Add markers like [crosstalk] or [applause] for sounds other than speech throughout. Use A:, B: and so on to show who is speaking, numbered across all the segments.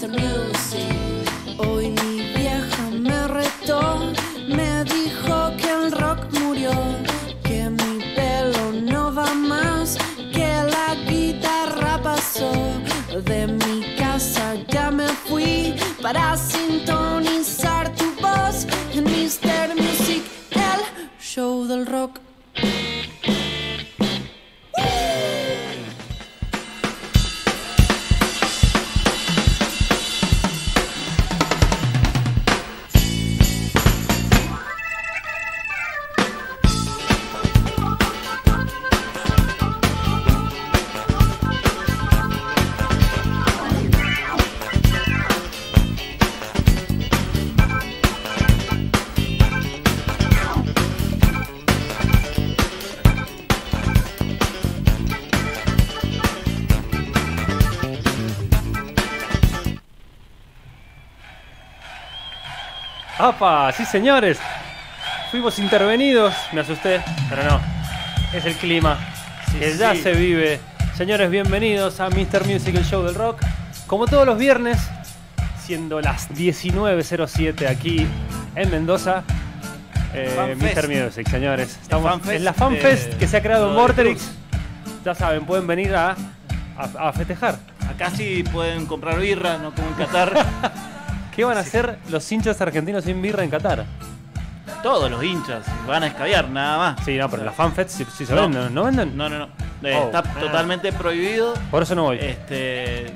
A: the music.
B: Hoy mi vieja me retó, me dijo que el rock murió, que mi pelo no va más, que la guitarra pasó. De mi casa ya me fui para sintonizar tu voz en Mr. Music, el show del rock.
C: ¡Apa! Sí, señores. Fuimos intervenidos. Me asusté, pero no. Es el clima que ya se vive. Señores, bienvenidos a Mr. Music, el show del rock. Como todos los viernes, siendo las 19.07 aquí en Mendoza. Eh,
D: Fanfest.
C: Mr. Music, señores. Estamos
D: fanfest
C: en la FanFest
D: de-
C: que se ha creado en
D: Rodolfo
C: Vorterix.
D: Cruz.
C: Ya saben, pueden venir a, a- a festejar.
D: Acá sí pueden comprar birra, no como
C: [laughs]
D: en Qatar.
C: ¿Qué van a hacer los hinchas argentinos sin birra en Qatar?
D: Todos los hinchas van a escabiar, nada más.
C: Sí, no, pero las fanfests sí, sí se
D: No.
C: venden, ¿no venden?
D: No, no, no. Eh,
C: Oh.
D: Está
C: Ah.
D: totalmente prohibido.
C: Por eso no voy.
D: Este,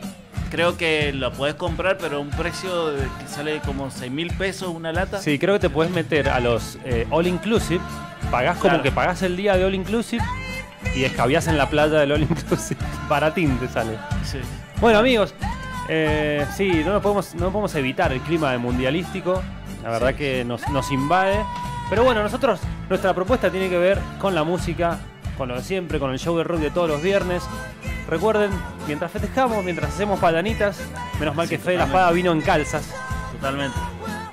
D: creo que lo podés comprar, pero a un precio de- que sale como 6 mil pesos una lata.
C: Sí, creo que te puedes meter a los eh, All Inclusive. Pagás como
D: Claro.
C: que pagás el día de All Inclusive y escabiás en la playa del All Inclusive. [laughs] Baratín te sale.
D: Sí.
C: Bueno, amigos, eh, sí, no lo podemos, no podemos evitar el clima de mundialístico. La verdad que nos, nos invade. Pero bueno, nosotros, nuestra propuesta tiene que ver con la música, con lo de siempre, con el show de rock de todos los viernes. Recuerden, mientras festejamos, mientras hacemos padanitas, menos mal
D: Sí,
C: que Fede la
D: totalmente.
C: Espada vino en calzas
D: Totalmente.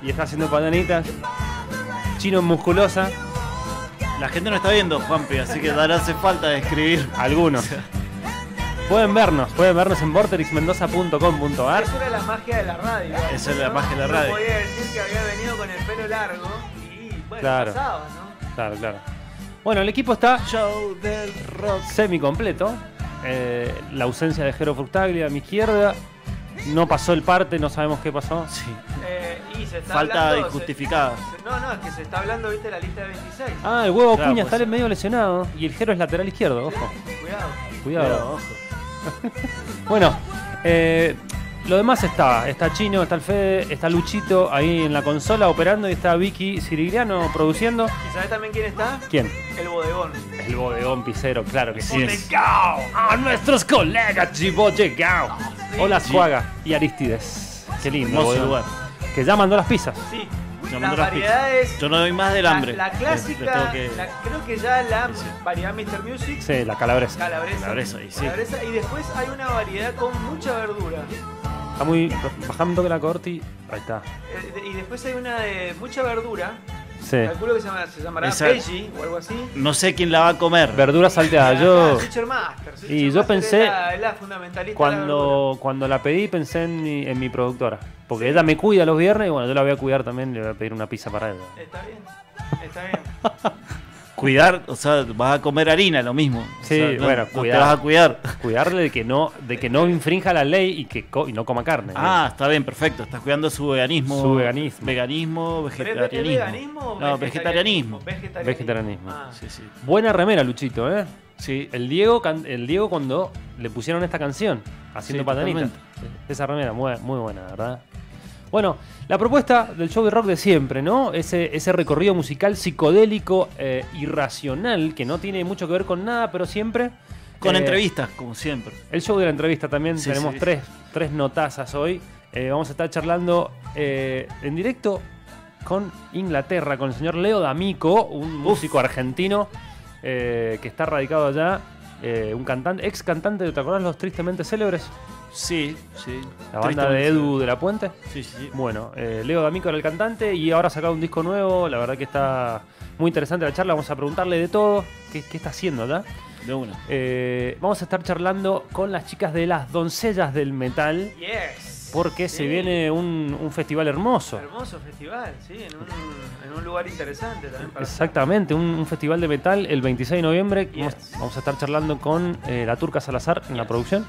C: y está haciendo padanitas. Chino en musculosa,
D: La gente no está viendo, Juanpi, así que ahora hace falta describir.
C: algunos. Pueden vernos, pueden vernos en vorterixmendoza.com.ar.
E: Es una de las magias de la radio. igual,
D: Esa es la
E: ¿no?
D: magia de la
E: Yo
D: radio.
E: podía decir que había venido con el pelo largo y bueno,
C: Claro.
E: pasaba, ¿no?
C: Claro, claro. Bueno, el equipo está
D: Show del rock.
C: semi completo. Eh, la ausencia de Jero Fructaglia a mi izquierda. No pasó el parte, no sabemos qué pasó.
D: Sí.
E: Eh, y se está
D: Falta
E: hablando, se-
D: injustificada.
E: se- no, no, es que se está hablando, viste, la lista de 26.
C: Ah, el huevo
D: Claro,
C: Cuña
D: pues.
C: está medio lesionado y el Jero es lateral izquierdo, ojo.
E: Cuidado.
C: Cuidado.
D: Cuidado, ojo.
C: Bueno, eh, lo demás está. Está Chino, está el Fede, está Luchito ahí en la consola operando y está Vicky Sirigliano produciendo.
E: ¿Y sabés también quién está?
C: ¿Quién?
E: El bodegón.
C: El bodegón Picero, claro que sí.
D: Bodegao,
C: ¡A nuestros colegas Chibotecao! Hola,
D: Sí.
C: Suaga y Aristides. Qué lindo.
D: Hermoso
C: bodegón.
D: lugar.
C: Que ya mandó las pizzas.
E: Sí.
D: Se mandó
E: Las
D: las pizzas.
E: variedades.
D: Yo no doy más del
E: la-
D: hambre. Eh,
E: La,
D: Les- les tengo
E: clásica.
D: que-
E: la- creo que ya la variedad Mr. Music.
C: Sí, la calabresa.
E: Calabresa.
D: Calabresa, y sí.
E: Calabresa, y después hay una variedad con mucha verdura.
C: Está muy. Bajando la corti. Ahí está.
E: Eh, de- y después hay una de mucha verdura.
C: Sí.
E: Calculo que se, llama, se llamará
D: Esa-
E: Veggie o algo así.
D: No sé quién la va a comer.
C: Verdura salteada.
E: Ah,
C: Yo.
E: Switcher Master, Switcher
C: Y yo
E: Master
C: pensé
E: Es la, es la fundamentalista.
C: Cuando, cuando la pedí pensé en mi, en mi productora. Porque ella me cuida los viernes y bueno, yo la voy a cuidar también. Le voy a pedir una pizza para ella.
E: de la verdura. Está bien. Está bien.
D: Cuidar, o sea, vas a comer harina, lo mismo. O
C: Sí,
D: sea, no-
C: bueno,
D: no
C: cuidar.
D: te vas a cuidar.
C: [laughs] Cuidarle de que no, de que no infrinja la ley y que co- y no coma carne.
D: Ah, está bien, perfecto. Estás cuidando su veganismo.
C: Su veganismo.
D: Veganismo,
E: ¿Pero es ve- es
D: vegetarianismo.
E: veganismo o
D: no, vegetarianismo.
E: Vegetarianismo.
C: Vegetarianismo.
E: Ah,
D: Sí, sí.
C: Buena remera, Luchito, ¿eh?
D: Sí,
C: El Diego, can- el Diego cuando le pusieron esta canción, haciendo
D: Sí,
C: patanitas. Esa remera, muy, muy buena, ¿verdad? Bueno, la propuesta del show de rock de siempre, ¿no? Ese, ese recorrido musical psicodélico, eh, irracional, que no tiene mucho que ver con nada, pero siempre...
D: con
C: eh,
D: entrevistas, como siempre.
C: El show de la entrevista también,
D: Sí,
C: tenemos
D: sí.
C: Tres, tres notazas hoy. Eh, vamos a estar charlando eh, en directo con Inglaterra, con el señor Leo D'Amico, un músico argentino eh, que está radicado allá, eh, un cantante, ex cantante, ¿te acordás los Tristemente Célebres?
D: Sí, sí.
C: La banda de Edu de la Puente.
D: Sí, sí, sí.
C: Bueno, eh, Leo D'Amico era el cantante y ahora ha sacado un disco nuevo, la verdad que está muy interesante la charla, vamos a preguntarle de todo, qué, qué está haciendo allá.
D: De una.
C: Eh, vamos a estar charlando con las chicas de las doncellas del metal.
E: Yes.
C: Porque se
E: Sí.
C: viene un, un festival hermoso.
E: Hermoso festival, sí, en un, en un lugar interesante también. para-
C: Exactamente, un, un festival de metal el 26 de noviembre. Vamos,
E: Yes.
C: vamos a estar charlando con eh, la Turca Salazar en la producción.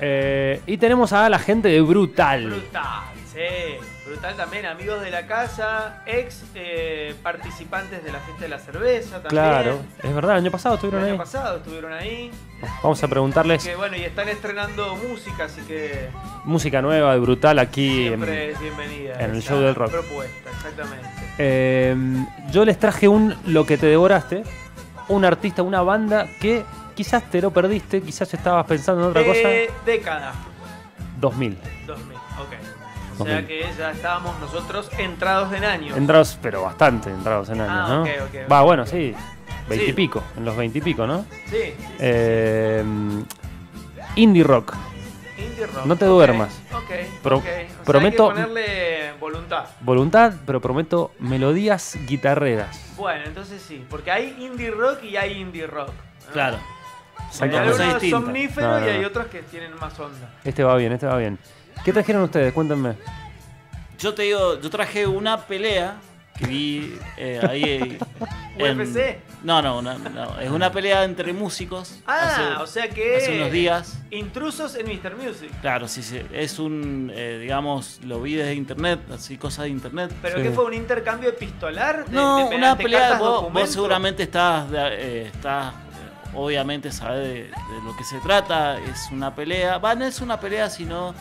C: Eh, y tenemos a la gente de Brutal.
E: Brutal, sí. Brutal también, amigos de la casa, ex eh, participantes de la fiesta de la cerveza también.
C: Claro, es verdad, el año pasado
E: El
C: estuvieron
E: año
C: ahí.
E: pasado estuvieron ahí.
C: Vamos a preguntarles
E: Que bueno, y están estrenando música, así que
C: música nueva de Brutal aquí. en-
E: siempre es bienvenida.
C: en el
E: esa
C: show del rock.
E: Propuesta, exactamente.
C: Eh, yo les traje un Lo que te devoraste, un artista, una banda que quizás te lo perdiste, quizás estabas pensando en otra
E: de
C: cosa.
E: Eh, década
C: 2000.
E: 2000, ok. O
C: 2000.
E: sea que ya estábamos nosotros entrados en años.
C: Entrados, pero bastante entrados en años,
E: Ah,
C: ¿no?
E: ok, ok,
C: Va,
E: ok,
C: bueno,
E: ok.
C: sí. Veintipico,
E: Sí.
C: y pico, en los veintipico, ¿no?
E: sí, sí, sí,
C: Eh, indie rock.
E: sí. Indie rock,
C: no te
E: ok,
C: duermas.
E: Ok.
C: Pro-
E: ok. O sea, hay que
C: prometo-
E: ponerle voluntad.
C: Voluntad, pero prometo melodías guitarreras.
E: Bueno, entonces sí, porque hay indie rock y hay indie rock. ¿no?
D: Claro.
E: Hay
D: Exactamente.
E: algunos
D: Cosa distinta.
E: somníferos
C: No, no,
E: y hay
C: no.
E: otros que tienen más onda.
C: Este va bien, este va bien. ¿Qué trajeron ustedes? Cuéntenme.
D: Yo te digo, yo traje una pelea que vi eh, ahí.
E: [laughs]
D: eh,
E: UFC.
D: No, no, no, no, es una pelea entre músicos.
E: Ah,
D: hace-
E: o sea que.
D: hace unos días.
E: Intrusos en Mr. Music.
D: Claro, sí, sí, es un, eh, digamos, lo vi desde internet, así cosas de internet.
E: ¿Pero
C: Sí.
E: qué fue? ¿Un intercambio epistolar? De- de-
D: No, una
E: mediante
D: pelea,
E: cartas,
D: vos, vos
E: documentos?
D: seguramente estás, de- eh, estás, eh, obviamente sabes de, de lo que se trata, es una pelea, va, no es una pelea, sino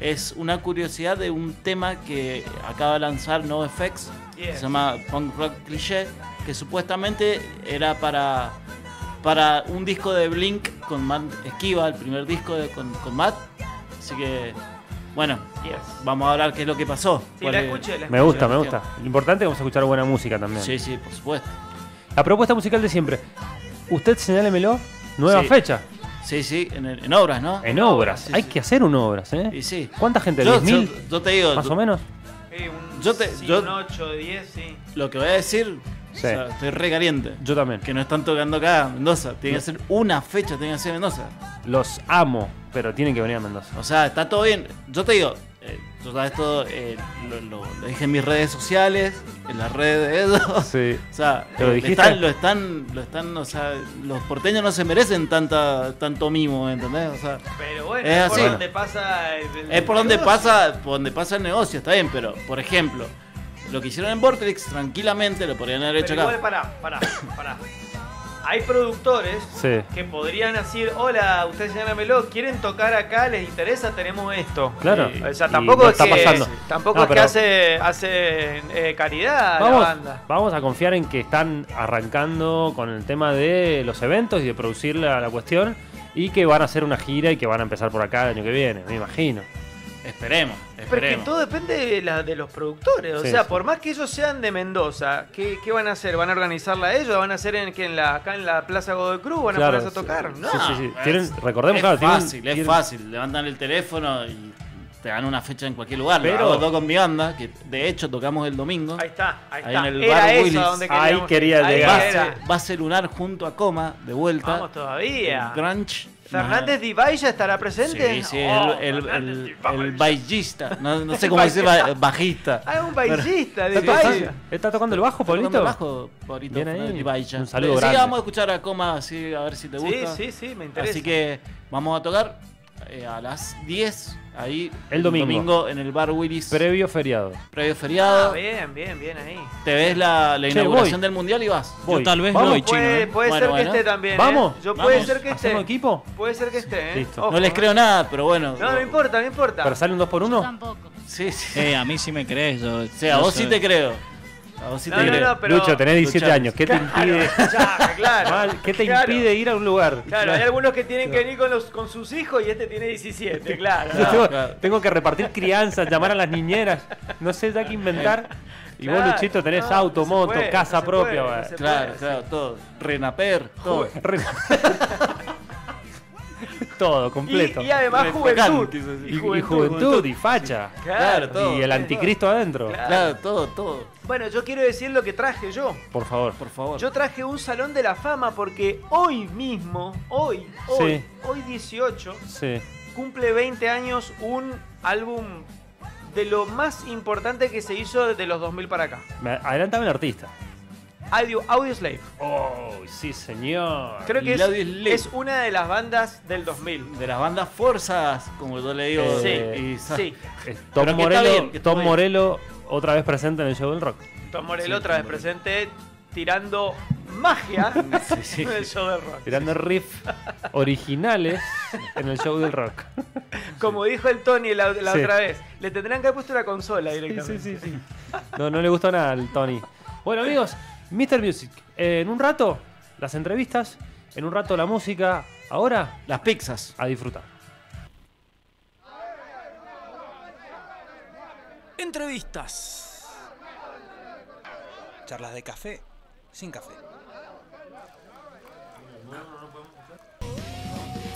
D: es una curiosidad de un tema que acaba de lanzar NoFX, que
E: Yes.
D: se llama Punk Rock Cliché, que supuestamente era para, para un disco de Blink con Matt Esquiva, el primer disco de- con, con Matt, así que, bueno,
E: Yes.
D: vamos a hablar qué es lo que pasó.
E: Sí,
D: cuál
E: la
D: es-
E: escuché, la
C: Me
E: escuché.
C: gusta, me gusta. Lo importante es que vamos a escuchar buena música también.
D: Sí, sí, por supuesto.
C: La propuesta musical de siempre. Usted señálemelo, nueva
D: Sí.
C: fecha.
D: Sí, sí, en, en obras, ¿no?
C: En obras.
D: Sí,
C: Hay
D: sí.
C: que hacer un obras, ¿eh?
D: Y sí.
C: ¿Cuánta gente?
D: Yo,
C: ¿10.000?
D: yo- yo te digo,
C: ¿Más
D: yo-
C: o menos?
E: Sí, un,
D: Yo te-
E: sí,
D: yo-
E: un 8, 10, sí.
D: lo que voy a decir, o
C: Sí.
D: sea, estoy re caliente.
C: Yo también.
D: Que no están tocando acá Mendoza. Tiene que ser una fecha, tiene que ser Mendoza.
C: Los amo, pero tienen que venir a Mendoza.
D: O sea, está todo bien. Yo te digo, eh, yo ya esto eh, lo, lo- lo dije en mis redes sociales, en las redes de ellos. [laughs]
C: Sí.
D: O sea,
C: ¿Lo
D: eh,
C: dijiste?
D: están, lo están, lo están, o sea, los porteños no se merecen tanta, tanto mimo, ¿entendés? O sea,
E: Pero bueno,
D: Es
E: es,
D: así.
E: por donde pasa. el- el
D: Es por donde
E: negocio.
D: pasa, por donde pasa el negocio, está bien, pero por ejemplo, lo que hicieron en Vortex tranquilamente lo podrían haber
E: Pero
D: hecho
E: igual,
D: acá.
E: pará, pará, pará. Hay productores
C: Sí.
E: que podrían decir: Hola, ustedes llámelo, quieren tocar acá, les interesa, tenemos esto.
C: Claro.
E: Eh, O sea,
C: Y
E: tampoco
C: no
E: es
C: está
E: que,
C: pasando.
E: Tampoco
C: No,
E: es que
C: pero-
E: hace, hace eh, caridad la
C: Vamos,
E: banda.
C: vamos a confiar en que están arrancando con el tema de los eventos y de producir la, la cuestión y que van a hacer una gira y que van a empezar por acá el año que viene, me imagino.
D: Esperemos,
E: Pero es que
D: esperemos.
E: todo depende de, la- de los productores. O
C: Sí,
E: sea,
C: sí.
E: por más que ellos sean de Mendoza, ¿qué, qué van a hacer? ¿Van a organizarla ellos? ¿Van a hacer en, que en la, acá en la Plaza Godoy Cruz? ¿Van a ponerse a
C: sí,
E: tocar?
C: sí,
E: No.
C: sí, sí.
D: es-
C: Tienen- recordemos,
D: es
C: claro, tienen-
D: fácil,
C: tienen-
D: es fácil. Levantan el teléfono y te dan una fecha en cualquier lugar.
C: Pero-
D: Pero hago todo con mi banda, que de hecho tocamos el domingo.
E: Ahí está, ahí
D: Ahí
E: está.
D: en el
E: Era
D: bar
E: eso
D: Willis.
E: a donde
C: Ahí
E: queríamos ir.
C: quería
E: Ahí
C: llegar.
E: era.
D: Base, base lunar junto a coma, de vuelta.
E: Vamos todavía.
D: El grunge.
E: Fernández Dibay ya estará presente.
D: Sí, sí,
E: Oh,
D: el, el,
E: Fernández
D: el,
E: Dibay.
D: el baillista. No, no sé cómo dice ba- bajista.
E: Ah, un baillista de
C: ¿Está,
E: Dibay.
C: tocando, está tocando el bajo,
D: Tocando
C: Pablito?
D: bajo, Pablito
C: Bien ahí.
D: Ibaicha.
C: Un saludo
D: Eh, Sí,
C: grande.
D: vamos a escuchar a Coma, así, a ver si te
E: Sí,
D: gusta.
E: sí, sí, me interesa.
D: Así que vamos a tocar eh, a las 10, ahí.
C: El domingo.
D: en el bar Willis,
C: Previo feriado.
D: previo
E: Ah,
D: feriado.
E: bien, bien, bien ahí.
D: te ves la, la
C: Che, voy.
D: inauguración del mundial y vas.
C: Voy.
F: Yo tal vez
C: Vamos,
F: voy, chino.
E: Puede,
F: ¿eh?
E: puede
D: Bueno,
E: ser
D: bueno.
E: que esté también. ¿eh?
C: Vamos.
E: Yo puede
D: Vamos.
E: ser que esté.
C: ¿Hacemos equipo?
E: Puede ser que esté. ¿eh?
C: Listo.
E: Ojo,
D: No les
E: ¿eh?
D: creo nada, pero bueno.
E: No, no importa, no importa.
C: ¿Pero sale un 2 por 1
A: Tampoco.
D: Sí, sí.
F: Eh, a mí sí me crees. Yo,
D: O sea, a vos sí te
F: crees.
D: creo. A vos sí
E: No,
D: te
E: no,
D: creo.
E: no, pero-
C: Lucho, tenés 17
D: Luchar.
C: años. ¿Qué te impide,
E: Ya, [laughs] claro.
C: Mal, ¿qué te
E: claro.
C: impide ir a un lugar?
E: Claro, hay algunos que tienen que venir con, los, con sus hijos y este tiene 17, claro.
C: Yo
D: Claro,
C: tengo,
D: claro.
C: tengo que repartir crianzas, llamar a las niñeras. No sé ya qué inventar. Y vos,
E: Claro,
C: Luchito, tenés
E: no,
C: auto,
E: no se
C: moto,
E: puede,
C: casa
E: no se
C: propia. va.
E: puede, no se
D: Claro,
E: puede,
D: claro, todo. Renaper, todo.
C: Re- [laughs] Todo, completo.
E: Y, y además juventud.
D: Refocante, eso sí.
C: Y- y juventud, y facha.
E: Claro,
D: todo.
C: Y el anticristo adentro.
E: Claro.
D: Claro, todo, todo.
E: Bueno, yo quiero decir lo que traje yo.
C: Por favor.
D: Por favor.
E: Yo traje un salón de la fama porque hoy mismo, hoy, hoy,
C: Sí.
E: hoy 18,
C: Sí.
E: cumple 20 años un álbum de lo más importante que se hizo desde los 2000 para acá.
C: Me adelantame el artista.
E: Audio, Audio Slave.
C: Oh, sí, señor.
E: Creo que es,
D: Audio Slave.
E: es una de las bandas del 2000.
D: De las bandas fuerzas, como yo le digo.
E: Sí,
D: eh, y sa-
E: sí.
C: Eh, Tom,
D: Pero que está
C: Morello,
D: bien, que está
C: Tom
D: bien.
C: Morello otra vez presente en el show del rock.
E: Tom Morello
D: Sí,
E: otra vez
D: Tom Morello.
E: presente tirando magia
D: Sí, sí.
E: en el show del rock.
C: Tirando
D: [laughs]
C: riff originales en el show del rock.
E: Como dijo el Tony la, la
C: Sí.
E: otra vez, le tendrán que haber puesto una consola
C: Sí,
E: directamente.
C: sí, sí, sí. No, no le gustó nada al Tony. Bueno, amigos, Mr. Music. eh, en un rato, las entrevistas. En un rato, la música. Ahora,
D: Las pizzas.
C: a disfrutar.
F: Entrevistas. Charlas de café sin café.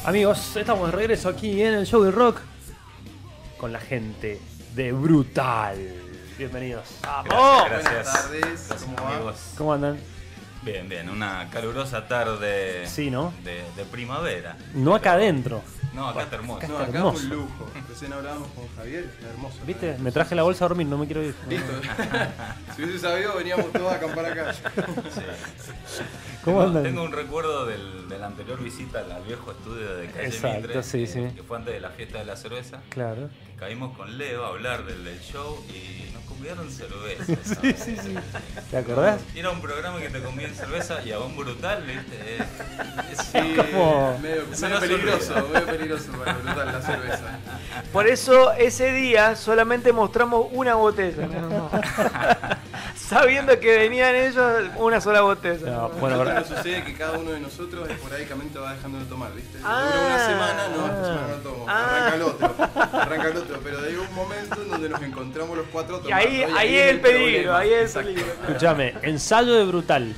C: Amigos, estamos de regreso aquí en el show del rock. Con la gente de Brutal. Bienvenidos. Ah,
E: ¡Oh!
G: Gracias. Gracias, amigos.
C: ¿Cómo andan?
G: Bien, bien. Una calurosa tarde
C: Sí, ¿no?
G: de, de primavera.
C: No acá adentro.
G: No, acá está
C: [laughs]
G: hermoso.
C: Acá
H: No,
C: está
H: acá
C: hermoso.
H: fue un lujo. Recién hablábamos con Javier, está hermoso.
C: ¿Viste? Me traje la bolsa a dormir, no me quiero ir.
H: Listo. si hubiese sabido, veníamos todos a
E: [laughs]
H: acampar acá.
C: ¿Cómo
G: Tengo-
C: andan?
G: Tengo un recuerdo del, de la anterior visita al al viejo estudio de Calle
C: Exacto,
G: Mitre,
C: sí,
G: que,
C: sí.
G: que fue antes de la fiesta de la cerveza.
C: Claro.
G: que Caímos con Leo a hablar del, del show y nos convidaron cerveza.
C: [laughs] Sí,
G: ¿sabes?
C: sí, sí. ¿Te acordás?
G: Era un programa que te convidan cerveza y a un brutal, ¿viste? Eh,
H: Sí,
C: como-
H: medio,
G: Eso
H: medio
G: no se
H: peligroso,
G: olvida.
H: medio peligroso para brotar
E: [laughs]
H: la cerveza.
E: Por eso ese día solamente mostramos una botella. [laughs] Sabiendo que venían ellos, una sola botella.
C: No,
H: Bueno,
C: bueno,
H: ahora
C: verdad.
H: sucede que cada uno de nosotros esporádicamente va dejando de tomar, ¿viste?
E: Ah.
H: Dura una semana, no, esta semana no tomo.
E: Ah.
H: Arranca el otro, arranca el otro. Pero hay un momento en donde nos encontramos los cuatro
E: Y
H: tomando.
E: ahí, ahí
H: viene
E: es el peligro,
H: problema.
E: ahí es el
H: Exacto.
E: peligro.
C: Escuchame, ensayo de Brutal.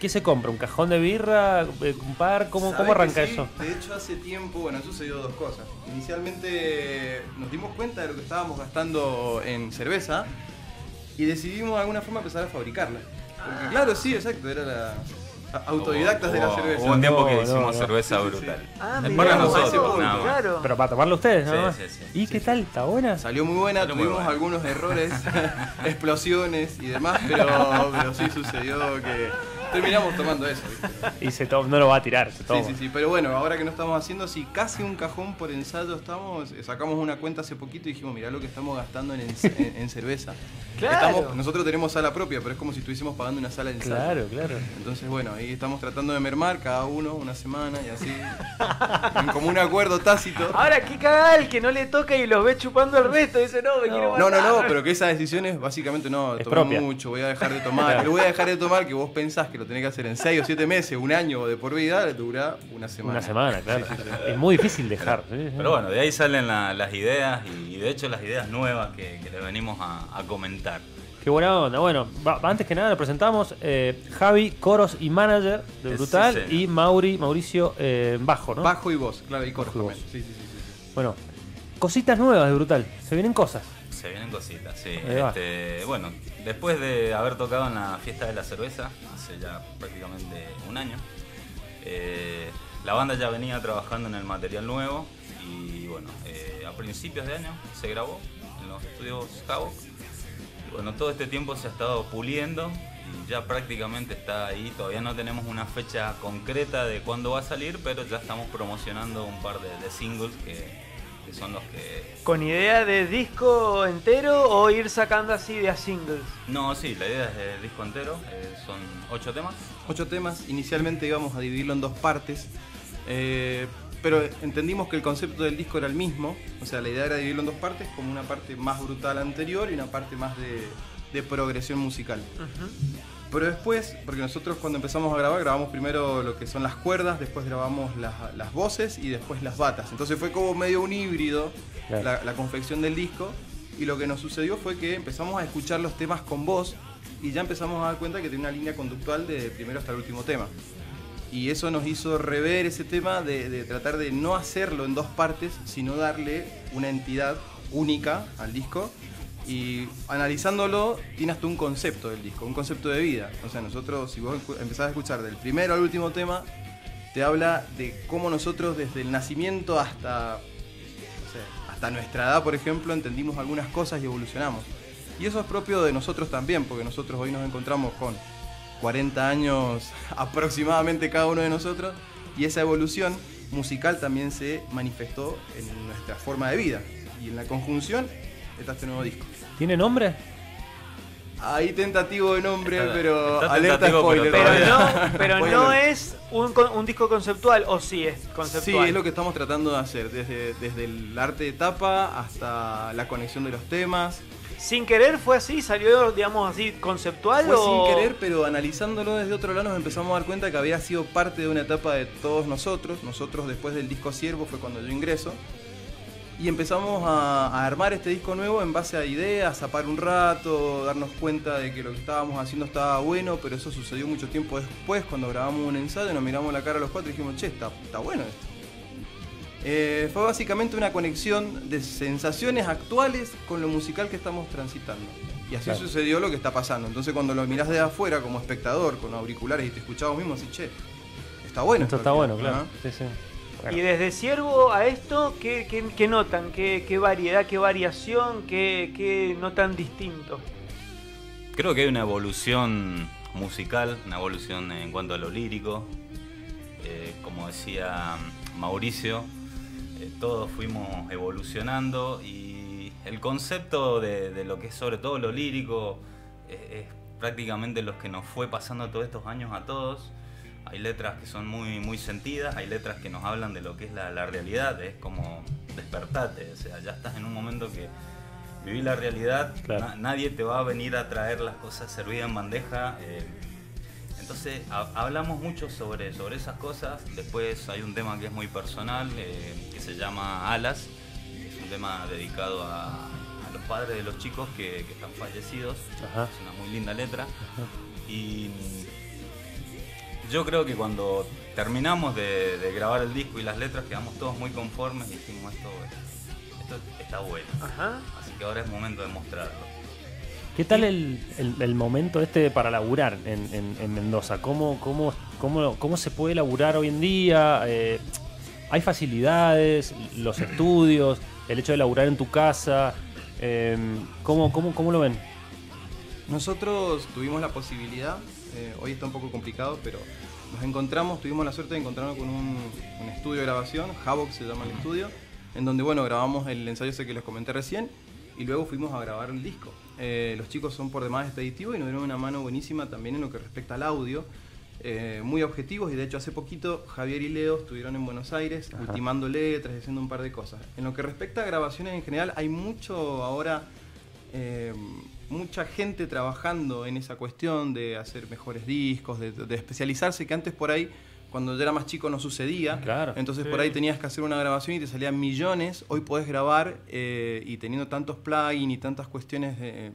C: ¿Qué se compra? ¿Un cajón de birra? Eh, ¿Un par? ¿Cómo,
H: ¿Sabés
C: cómo arranca
H: que sí?
C: eso?
H: De hecho, hace tiempo, bueno, han sucedido dos cosas. Inicialmente nos dimos cuenta de lo que estábamos gastando en cerveza y decidimos de alguna forma empezar a fabricarla. Porque, claro, sí, exacto, era la a- autodidactas de la
G: Hubo-
H: cerveza.
G: Hubo un tiempo que
C: No, no,
G: hicimos
C: no.
G: cerveza
H: Sí, sí, sí.
G: brutal.
E: Ah,
G: Es
E: mirá
G: para
H: vos,
G: nosotros, nada más.
E: claro.
C: Pero para tomarlo ustedes,
G: Sí,
C: ¿no?
G: sí, sí.
C: ¿Y qué tal? ¿Está buena?
H: Salió muy buena,
G: Salió muy
H: tuvimos
G: buena.
H: algunos
G: [laughs]
H: errores, [laughs] explosiones y demás, pero, pero sí sucedió que terminamos tomando eso, ¿viste?
C: Y se to- no lo va a tirar, se toma.
H: Sí, sí, sí, pero bueno, ahora que no estamos haciendo, si casi un cajón por ensayo estamos, eh, sacamos una cuenta hace poquito y dijimos, mirá lo que estamos gastando en, ens- en-
C: [laughs]
H: en cerveza.
E: Claro.
H: Estamos- nosotros tenemos sala propia, pero es como si estuviésemos pagando una sala de ensayo.
C: Claro, claro.
H: Entonces, bueno, ahí estamos tratando de mermar cada uno una semana y así, [laughs] en como un acuerdo tácito.
C: Ah,
E: Ahora, qué cagada el que no le toca y los ve chupando el resto. Dice, no, me quiero
H: No, no, no,
E: matar.
H: pero que esas decisiones básicamente no,
C: Es
H: tomé
C: propia.
H: mucho, voy a dejar de tomar, lo voy a dejar de tomar que vos pensás que lo tenés que hacer en 6 o 7 meses, un año o de por vida, dura una semana.
C: Una semana, claro. Es muy difícil dejar. sí, sí.
G: Pero bueno, de ahí salen la- las ideas y, y de hecho las ideas nuevas que, que les venimos a, a comentar.
C: Qué buena onda. Bueno, va- antes que nada lo presentamos eh, Javi, coros y manager de
G: Sí,
C: Brutal
G: señor.
C: y Mauri, Mauricio eh, bajo, ¿no?
H: Bajo y voz, claro, y coro
C: Bajo y
H: también. Sí, sí, sí, sí, sí.
C: Bueno, cositas nuevas de Brutal. Se vienen cosas.
G: Se vienen cositas, sí.
C: Ahí va.
G: Este, bueno, después de haber tocado en la fiesta de la cerveza, hace ya prácticamente un año, eh, la banda ya venía trabajando en el material nuevo y bueno, eh, a principios de año se grabó en los estudios Havoc. Y Bueno, todo este tiempo se ha estado puliendo y ya prácticamente está ahí. Todavía no tenemos una fecha concreta de cuándo va a salir, pero ya estamos promocionando un par de, de singles que- que son los que
E: ¿Con idea de disco entero o ir sacando así de a singles?
G: No, sí, la idea es el disco entero, eh, son ocho temas.
H: Ocho temas, inicialmente íbamos a dividirlo en dos partes, eh, pero entendimos que el concepto del disco era el mismo, o sea, la idea era dividirlo en dos partes, como una parte más brutal anterior y una parte más de, de progresión musical. Pero después, porque nosotros cuando empezamos a grabar, grabamos primero lo que son las cuerdas, después grabamos las, las voces y después las batas. Entonces fue como medio un híbrido
C: Claro.
H: la, la confección del disco. Y lo que nos sucedió fue que empezamos a escuchar los temas con voz y ya empezamos a dar cuenta que tenía una línea conductual de primero hasta el último tema. Y eso nos hizo rever ese tema de, de tratar de no hacerlo en dos partes, sino darle una entidad única al disco. Y analizándolo, tiene hasta un concepto del disco, un concepto de vida. O sea, nosotros, si vos escu- empezás a escuchar del primero al último tema, te habla de cómo nosotros desde el nacimiento hasta, no sé, hasta nuestra edad, por ejemplo, entendimos algunas cosas y evolucionamos. Y eso es propio de nosotros también, porque nosotros hoy nos encontramos con 40 años [laughs] aproximadamente cada uno de nosotros, y esa evolución musical también se manifestó en nuestra forma de vida. Y en la conjunción está este nuevo disco.
C: ¿Tiene nombre?
H: Ahí tentativo de nombre,
G: Está-
H: pero
G: está
H: alerta
G: tentativo, pero
H: spoiler.
G: todavía.
E: Pero no, pero
H: [laughs] Spoiler.
E: no es un, con- un disco conceptual, o sí es conceptual.
H: Sí, es lo que estamos tratando de hacer, desde, desde el arte de tapa hasta la conexión de los temas.
E: Sin querer fue así, salió, digamos así, conceptual
H: Fue
E: o.
H: sin querer, pero analizándolo desde otro lado nos empezamos a dar cuenta que había sido parte de una etapa de todos nosotros. Nosotros después del disco Siervo fue cuando yo ingreso. Y empezamos a, a armar este disco nuevo en base a ideas, a parar un rato, darnos cuenta de que lo que estábamos haciendo estaba bueno, pero eso sucedió mucho tiempo después, cuando grabamos un ensayo, nos miramos la cara a los cuatro y dijimos, che, está, está bueno esto. Eh, fue básicamente una conexión de sensaciones actuales con lo musical que estamos transitando. Y así
C: Claro.
H: sucedió lo que está pasando. Entonces cuando lo mirás de afuera como espectador, con auriculares y te escuchabas mismo, así, che, está bueno.
C: Esto está
H: que-
C: bueno, claro.
H: Ajá.
C: Sí, sí. Bueno.
E: Y desde ciervo a esto, ¿qué, qué- qué notan? ¿Qué, qué variedad, qué variación, qué, qué notan distinto?
G: Creo que hay una evolución musical, una evolución en cuanto a lo lírico. Eh, como decía Mauricio, eh, todos fuimos evolucionando y el concepto de, de lo que es sobre todo lo lírico eh, es, prácticamente lo que nos fue pasando todos estos años a todos. Hay letras que son muy, muy sentidas, hay letras que nos hablan de lo que es la, la realidad, es como despertate, o sea, ya estás en un momento que vivir la realidad,
C: Claro.
G: na- nadie te va a venir a traer las cosas servidas en bandeja. eh, entonces ha- hablamos mucho sobre, sobre esas cosas. Después hay un tema que es muy personal, eh, que se llama Alas. que Es un tema dedicado a, a los padres de los chicos que, que están fallecidos.
C: Ajá.
G: Es una muy linda letra. Y mm, yo creo que cuando terminamos de, de grabar el disco y las letras quedamos todos muy conformes y dijimos esto, esto está bueno.
H: Ah.
E: Ajá.
G: Así que ahora es momento de mostrarlo.
C: ¿Qué tal el, el- el momento este para laburar en, en- en Mendoza? ¿Cómo, cómo, cómo, cómo se puede laburar hoy en día? Eh, ¿Hay facilidades? ¿Los estudios? ¿El hecho de laburar en tu casa? Eh, ¿cómo, cómo, ¿Cómo lo ven?
H: Nosotros tuvimos la posibilidad, eh, hoy está un poco complicado, pero nos encontramos, tuvimos la suerte de encontrarnos con un, un estudio de grabación, Havoc se llama el estudio, en donde bueno, grabamos el ensayo ese que les comenté recién y luego fuimos a grabar el disco. Eh, los chicos son por demás expeditivos y nos dieron una mano buenísima también en lo que respecta al audio, eh, muy objetivos y de hecho hace poquito Javier y Leo estuvieron en Buenos Aires ultimando letras y haciendo un par de cosas. En lo que respecta a grabaciones en general, hay mucho ahora eh, mucha gente trabajando en esa cuestión de hacer mejores discos, de, de especializarse, que antes por ahí, cuando yo era más chico, no sucedía.
C: Claro.
H: Entonces por ahí tenías que hacer una grabación y te salían millones. Hoy podés grabar eh, y teniendo tantos plugins y tantas cuestiones de, eh,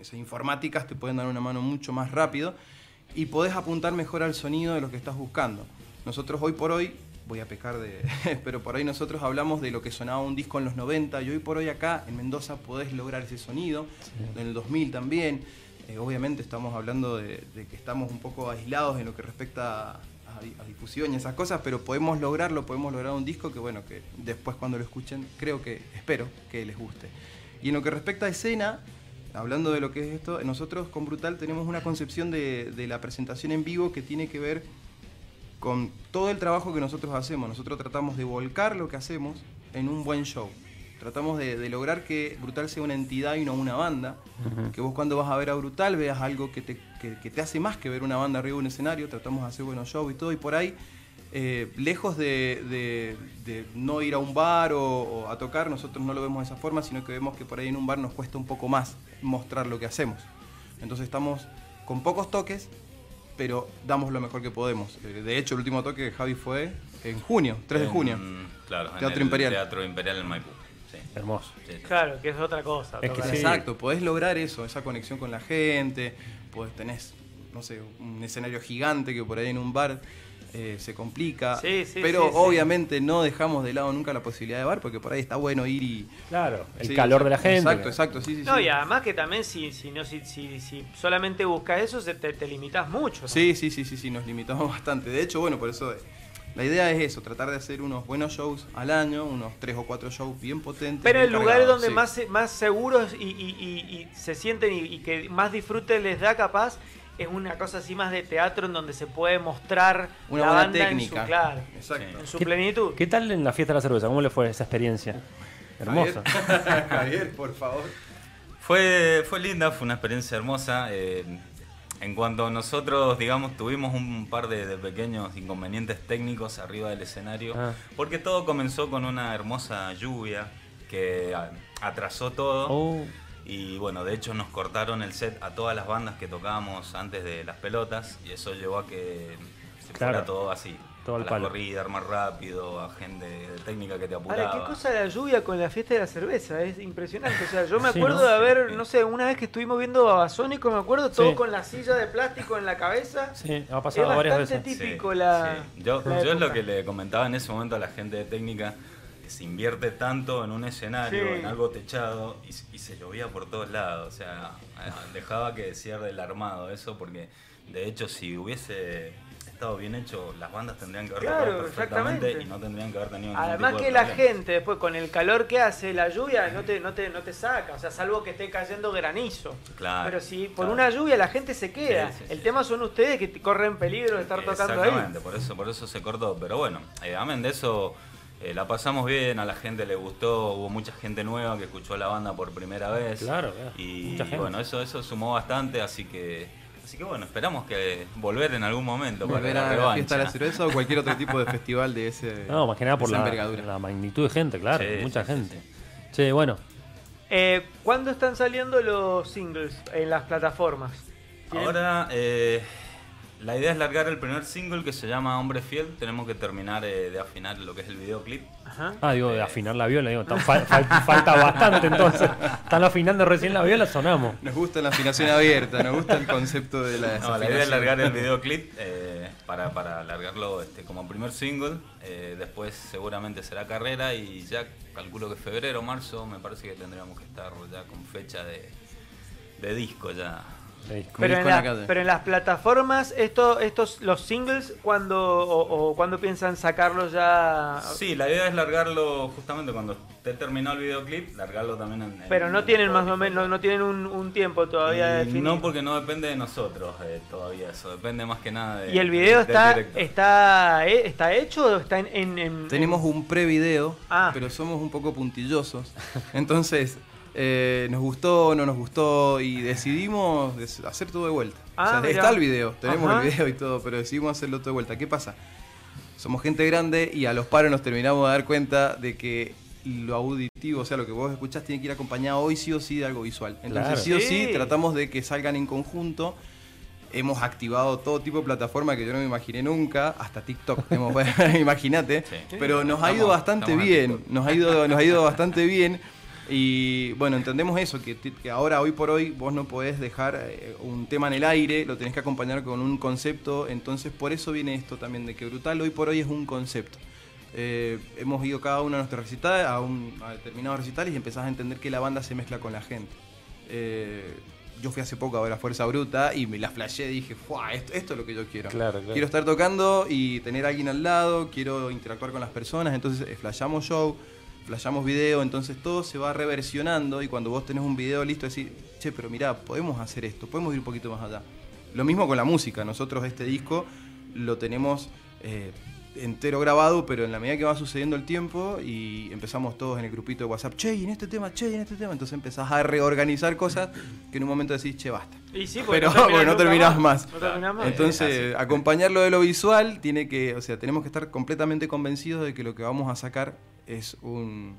H: esas informáticas te pueden dar una mano mucho más rápido y podés apuntar mejor al sonido de lo que estás buscando. Nosotros hoy por hoy, voy a pecar de... [laughs] pero por ahí nosotros hablamos de lo que sonaba un disco en los 90 y hoy por hoy acá en Mendoza podés lograr ese sonido, en el 2000 también. Eh, obviamente estamos hablando de, de que estamos un poco aislados en lo que respecta a, a difusión y esas cosas, pero podemos lograrlo, podemos lograr un disco que bueno, que después cuando lo escuchen creo que, espero que les guste. Y en lo que respecta a escena, Hablando de lo que es esto, nosotros con Brutal tenemos una concepción de, de la presentación en vivo que tiene que ver con todo el trabajo que nosotros hacemos. Nosotros tratamos de volcar lo que hacemos en un buen show. Tratamos de, de lograr que Brutal sea una entidad y no una banda. Que vos cuando vas a ver a Brutal veas algo que te, que- que te hace más que ver una banda arriba de un escenario. Tratamos de hacer buenos shows y todo. Y por ahí, eh, lejos de, de- de no ir a un bar o, o a tocar, nosotros no lo vemos de esa forma, sino que vemos que por ahí en un bar nos cuesta un poco más mostrar lo que hacemos. Entonces estamos con pocos toques, pero damos lo mejor que podemos. Eh, De hecho, el último toque de Javi fue en junio, 3 de
G: En-
H: junio.
G: Claro, en
H: Teatro
G: el
H: Imperial.
G: Teatro Imperial en Maipú. Sí,
C: Hermoso.
G: sí, sí.
E: Claro, que es otra cosa.
C: Es que
E: tocar.
C: sí.
H: Exacto, podés lograr eso, esa conexión con la gente, podés tenés, no sé, un escenario gigante que por ahí en un bar eh, se complica.
E: Sí, sí,
H: pero
E: sí, sí.
H: obviamente no dejamos de lado nunca la posibilidad de bar, porque por ahí está bueno ir y.
C: Claro, el
H: Sí,
C: calor
H: exacto,
C: de la gente.
H: Exacto, exacto, sí, sí.
E: No,
H: sí.
E: y además que también si, si, no, si, si, si solamente buscas eso, se te, te limitas mucho. ¿no?
H: [laughs] Sí, sí, sí, sí, sí, nos limitamos bastante. De hecho, bueno, por eso eh, La idea es eso, tratar de hacer unos buenos shows al año, unos tres o cuatro shows bien potentes.
E: Pero
H: bien
E: el lugar
H: cargados,
E: donde
H: sí.
E: más, se- más seguros y, y- y- y se sienten y, y que más disfrute les da capaz es una cosa así más de teatro en donde se puede mostrar
H: Una
E: la
H: buena
E: banda en
H: técnica.
E: su, claro,
H: Exacto.
E: en su
C: ¿Qué-
E: plenitud.
C: ¿Qué tal en la fiesta de la cerveza? ¿Cómo le fue esa experiencia? Hermosa.
H: Javier, [laughs] Javier, por favor.
G: Fue, fue linda, fue una experiencia hermosa. eh, en cuanto nosotros, digamos, tuvimos un par de, de pequeños inconvenientes técnicos arriba del escenario,
C: Ah.
G: porque todo comenzó con una hermosa lluvia que a- atrasó todo.
C: Oh,
G: Y bueno, de hecho nos cortaron el set a todas las bandas que tocábamos antes de las pelotas y eso llevó a que se
C: Claro.
G: fuera todo así.
C: Todo
G: a
C: al
G: la
C: palo.
G: corrida, más rápido, a gente de técnica que te apuraba.
E: Ahora, qué cosa la lluvia con la fiesta de la cerveza, es impresionante. O sea, yo me
C: [laughs] Sí,
E: acuerdo
C: ¿no?
E: de haber, no sé, una vez que estuvimos viendo a Babasónico, me acuerdo, todo
C: Sí.
E: con la silla de plástico en la cabeza.
C: sí, ha
E: es
C: pasado varias
E: bastante
C: veces.
G: Sí,
E: típico la.
G: sí. Yo,
E: la
G: yo es lo
E: época.
G: que le comentaba en ese momento a la gente de técnica, que se invierte tanto en un escenario,
E: Sí.
G: en algo techado, y, s- y se llovía por todos lados. O sea, dejaba que cierre el armado eso, porque de hecho si hubiese estado bien hecho, las bandas tendrían que haber tocado
E: Claro,
G: perfectamente
E: exactamente.
G: y no tendrían que haber tenido ningún
E: Además
G: tipo de
E: que la
G: problema.
E: gente después con el calor que hace, la lluvia no te, no te, no te saca, o sea, salvo que esté cayendo granizo.
G: Claro,
E: Pero si por
G: Ah, claro.
E: una lluvia la gente se queda.
G: Sí, sí,
E: el
G: sí.
E: tema son ustedes que t- corren peligro de estar tocando ahí.
G: Exactamente, por eso, por eso se cortó. Pero bueno, eh, amén de eso, eh, la pasamos bien, a la gente le gustó, hubo mucha gente nueva que escuchó la banda por primera vez.
C: Claro, claro,
G: Y
C: mucha gente.
G: bueno, eso, eso sumó bastante, así que. Así que bueno, esperamos que volver en algún momento para
H: Volver
G: la
H: a la fiesta
G: revancha.
H: de la cerveza o cualquier otro tipo de festival de ese.
C: No, más que nada
H: de
C: por
H: esa
C: la,
H: envergadura.
C: la magnitud de gente, claro,
G: Sí,
C: mucha
G: sí, sí,
C: gente. Che, bueno,
E: Eh, ¿Cuándo están saliendo los singles en las plataformas? ¿Tienen-
G: Ahora, eh, la idea es largar el primer single que se llama Hombre Fiel. Tenemos que terminar eh, de afinar lo que es el videoclip.
E: Ajá.
C: ah, digo, de afinar la viola, digo, tan fal- fal- falta bastante entonces. Están afinando recién la viola, sonamos.
H: Nos gusta la afinación abierta, nos gusta el concepto de la.
G: No, la idea es
H: desafinación.
G: largar
H: [laughs]
G: el videoclip eh, para, para largarlo este, como primer single. eh, después seguramente será carrera y ya calculo que febrero, marzo, me parece que tendríamos que estar ya con fecha de, de disco ya.
C: Sí.
H: Como
E: Pero en,
H: disco en la
E: la-
H: calle.
E: pero en las plataformas, esto, estos, los singles, ¿cuándo, o, o cuándo piensan sacarlos ya?
G: Sí, la idea es largarlo justamente cuando esté terminado el videoclip, largarlo también en... en-
E: Pero no
G: en
E: tienen más
G: Spotify.
E: o menos, no tienen un, un tiempo todavía
G: Y
E: definido.
G: No porque no depende de nosotros eh, todavía eso, depende más que nada de...
E: ¿Y el video
G: Eh, del
E: está,
G: director.
E: está, eh, está hecho o está en... en- en-
H: Tenemos un prevideo,
E: Mm. Uh. Ah.
H: pero somos un poco puntillosos. [laughs] Entonces, eh, nos gustó, no nos gustó y decidimos des- hacer todo de vuelta. O
E: Ah,
H: sea,
E: mirá.
H: está el video, tenemos
E: Ajá.
H: el video y todo, pero decidimos hacerlo todo de vuelta. ¿Qué pasa? Somos gente grande y a los paros nos terminamos de dar cuenta de que lo auditivo, o sea, lo que vos escuchás tiene que ir acompañado hoy sí o sí de algo visual. Entonces,
C: Claro.
H: sí o
E: Sí.
H: sí, tratamos de que salgan en conjunto. Hemos activado todo tipo de plataforma que yo no me imaginé nunca, hasta
G: [laughs]
H: TikTok. hemos- [laughs] Imagínate.
G: Sí.
H: Pero nos ha
G: Estamos-
H: ido bastante
G: estamos en
H: bien.
G: TikTok.
H: Nos ha ido, nos ha ido bastante bien. Y bueno, entendemos eso, que, ti- que ahora, hoy por hoy, vos no podés dejar eh, un tema en el aire, lo tenés que acompañar con un concepto. Entonces, por eso viene esto también, de que Brutal hoy por hoy es un concepto. Eh, hemos ido cada uno a nuestros recitales, a, un, a determinados recitales, y empezás a entender que la banda se mezcla con la gente. Eh, yo fui hace poco a ver a Fuerza Bruta y me la flashé, dije, ¡fuah! Esto, esto es lo que yo quiero.
C: Claro, claro.
H: Quiero estar tocando y tener a alguien al lado, quiero interactuar con las personas, entonces eh, flashamos show, flashamos video, entonces todo se va reversionando y cuando vos tenés un video listo decís, che, pero mirá, podemos hacer esto, podemos ir un poquito más allá. Lo mismo con la música, nosotros este disco lo tenemos eh, entero grabado, pero en la medida que va sucediendo el tiempo y empezamos todos en el grupito de WhatsApp, che, y en este tema, che, y en este tema, entonces empezás a reorganizar cosas que en un momento decís, che, basta.
E: Y sí, porque
H: Pero, bueno, no
E: nunca
H: terminás más.
E: No terminás más.
G: ¿eh?
H: Entonces, acompañarlo de lo visual tiene que, o sea, tenemos que estar completamente convencidos de que lo que vamos a sacar es un,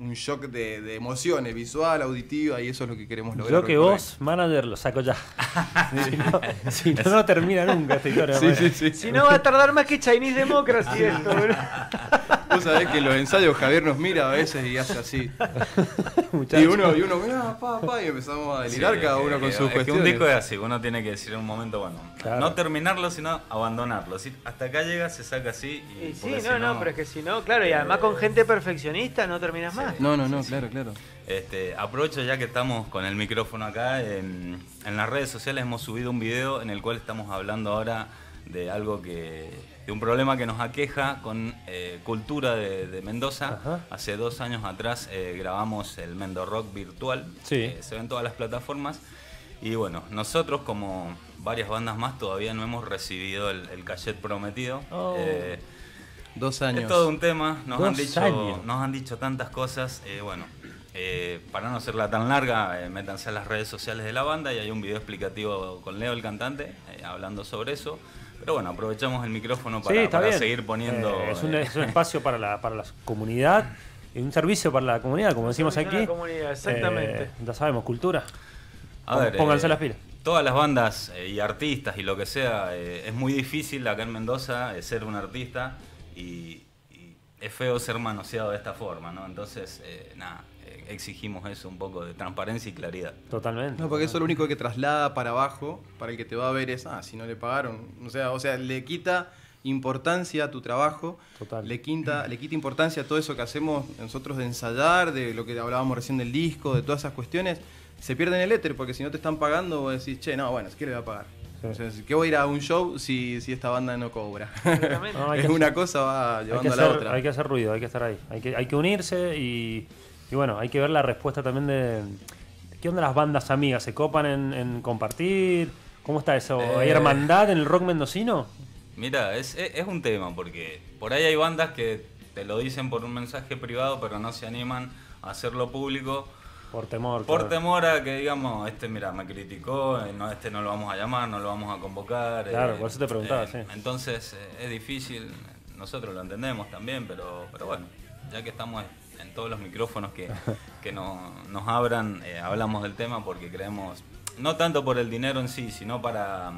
H: un shock de, de emociones, visual, auditiva, y eso es lo que queremos lograr.
C: Yo que
H: hoy por
C: vos, manager, lo saco
H: [laughs]
C: ya. si, no, si no, no termina nunca esta historia.
H: hoy. Sí,
C: bueno.
H: sí, sí.
E: Si no va a tardar más que Chinese Democracy esto, bro.
H: Vos sabés que en los ensayos Javier nos mira a veces y
G: [laughs]
H: hace así.
C: Muchachos.
H: Y uno, y uno, mirá, pa, pa, y empezamos a delirar
G: Sí,
H: cada
G: es
H: uno
G: que-
H: con sus
G: es que
H: cuestiones.
G: un disco es así, uno tiene que decir en un momento, bueno,
C: Claro.
G: no terminarlo, sino abandonarlo. Si hasta acá llega, se saca así y...
E: Y sí,
G: porque si
E: no, no, pero es que si no, claro, y además con gente perfeccionista no terminás
G: Sí.
E: más.
H: No, no, no, claro, claro.
G: Este, aprovecho ya que estamos con el em, micrófono acá. En, en las redes sociales hemos subido un video en el cual estamos hablando ahora de algo que. de un problema que nos aqueja con eh, Cultura de, de Mendoza.
C: Ajá.
G: Hace dos años atrás eh, grabamos el Mendo Rock virtual.
C: Sí.
G: Eh, se ven todas las plataformas. Y bueno, nosotros, como varias bandas más, todavía no hemos recibido el, el cachet prometido.
C: Oh.
G: Eh,
H: Dos años.
G: es todo un tema, nos, han
C: Dos
G: dicho,
C: años.
G: nos han dicho tantas cosas. eh, bueno, eh, para no hacerla tan larga, eh, métanse a las redes sociales de la banda y hay un video explicativo con Leo, el cantante, eh, hablando sobre eso. Pero bueno, aprovechamos el micrófono para,
C: sí, está
G: para
C: bien.
G: seguir poniendo.
C: Eh, es, un,
G: eh,
C: es un espacio para la, para la comunidad, y un servicio para la comunidad, como decimos
E: servicio a
C: aquí.
E: la comunidad, exactamente.
C: Eh, ya sabemos, cultura.
G: A ver,
C: Pónganse
G: eh,
C: las pilas.
G: Todas las bandas eh, y artistas y lo que sea, eh, es muy difícil acá en Mendoza eh, ser un artista y, y es feo ser manoseado de esta forma, ¿no? Entonces, eh, nada, eh, exigimos eso, un poco de transparencia y claridad.
C: Totalmente.
H: No, porque eso lo único que traslada para abajo, para el que te va a ver es, ah, si no le pagaron. O sea, o sea le quita importancia a tu trabajo,
C: Total.
H: le quita, le quita importancia a todo eso que hacemos nosotros de ensayar, de lo que hablábamos recién del disco, de todas esas cuestiones. Se pierde en el éter porque si no te están pagando, vos decís, che, no, bueno, ¿qué le voy a pagar?
C: Sí.
H: O sea, ¿qué voy a ir a un show si, si esta banda no cobra?
E: Exactamente.
C: No,
H: [laughs]
C: hay
H: es
C: que
H: una
C: hacer-
H: cosa va
C: hay que,
H: llevando a la
C: hacer,
H: otra.
C: hay que hacer ruido, hay que estar ahí. Hay que, hay que unirse y, y bueno, hay que ver la respuesta también de. ¿Qué onda las bandas amigas? ¿Se copan en, en compartir? ¿Cómo está eso? ¿Hay
G: Eh.
C: hermandad en el rock mendocino?
G: Mira, es, es- es un tema porque por ahí hay bandas que te lo dicen por un mensaje privado, pero no se animan a hacerlo público.
C: Por temor.
G: Por
C: claro.
G: temor a que digamos, este mira, me criticó, eh, no, este no lo vamos a llamar, no lo vamos a convocar. eh,
C: Claro, por eso te preguntaba, sí.
G: Entonces eh, es difícil, nosotros lo entendemos también, pero, pero bueno, ya que estamos en todos los
C: [laughs]
G: micrófonos que, que no- nos abran, eh, hablamos del tema porque creemos, no tanto por el dinero en sí, sino para...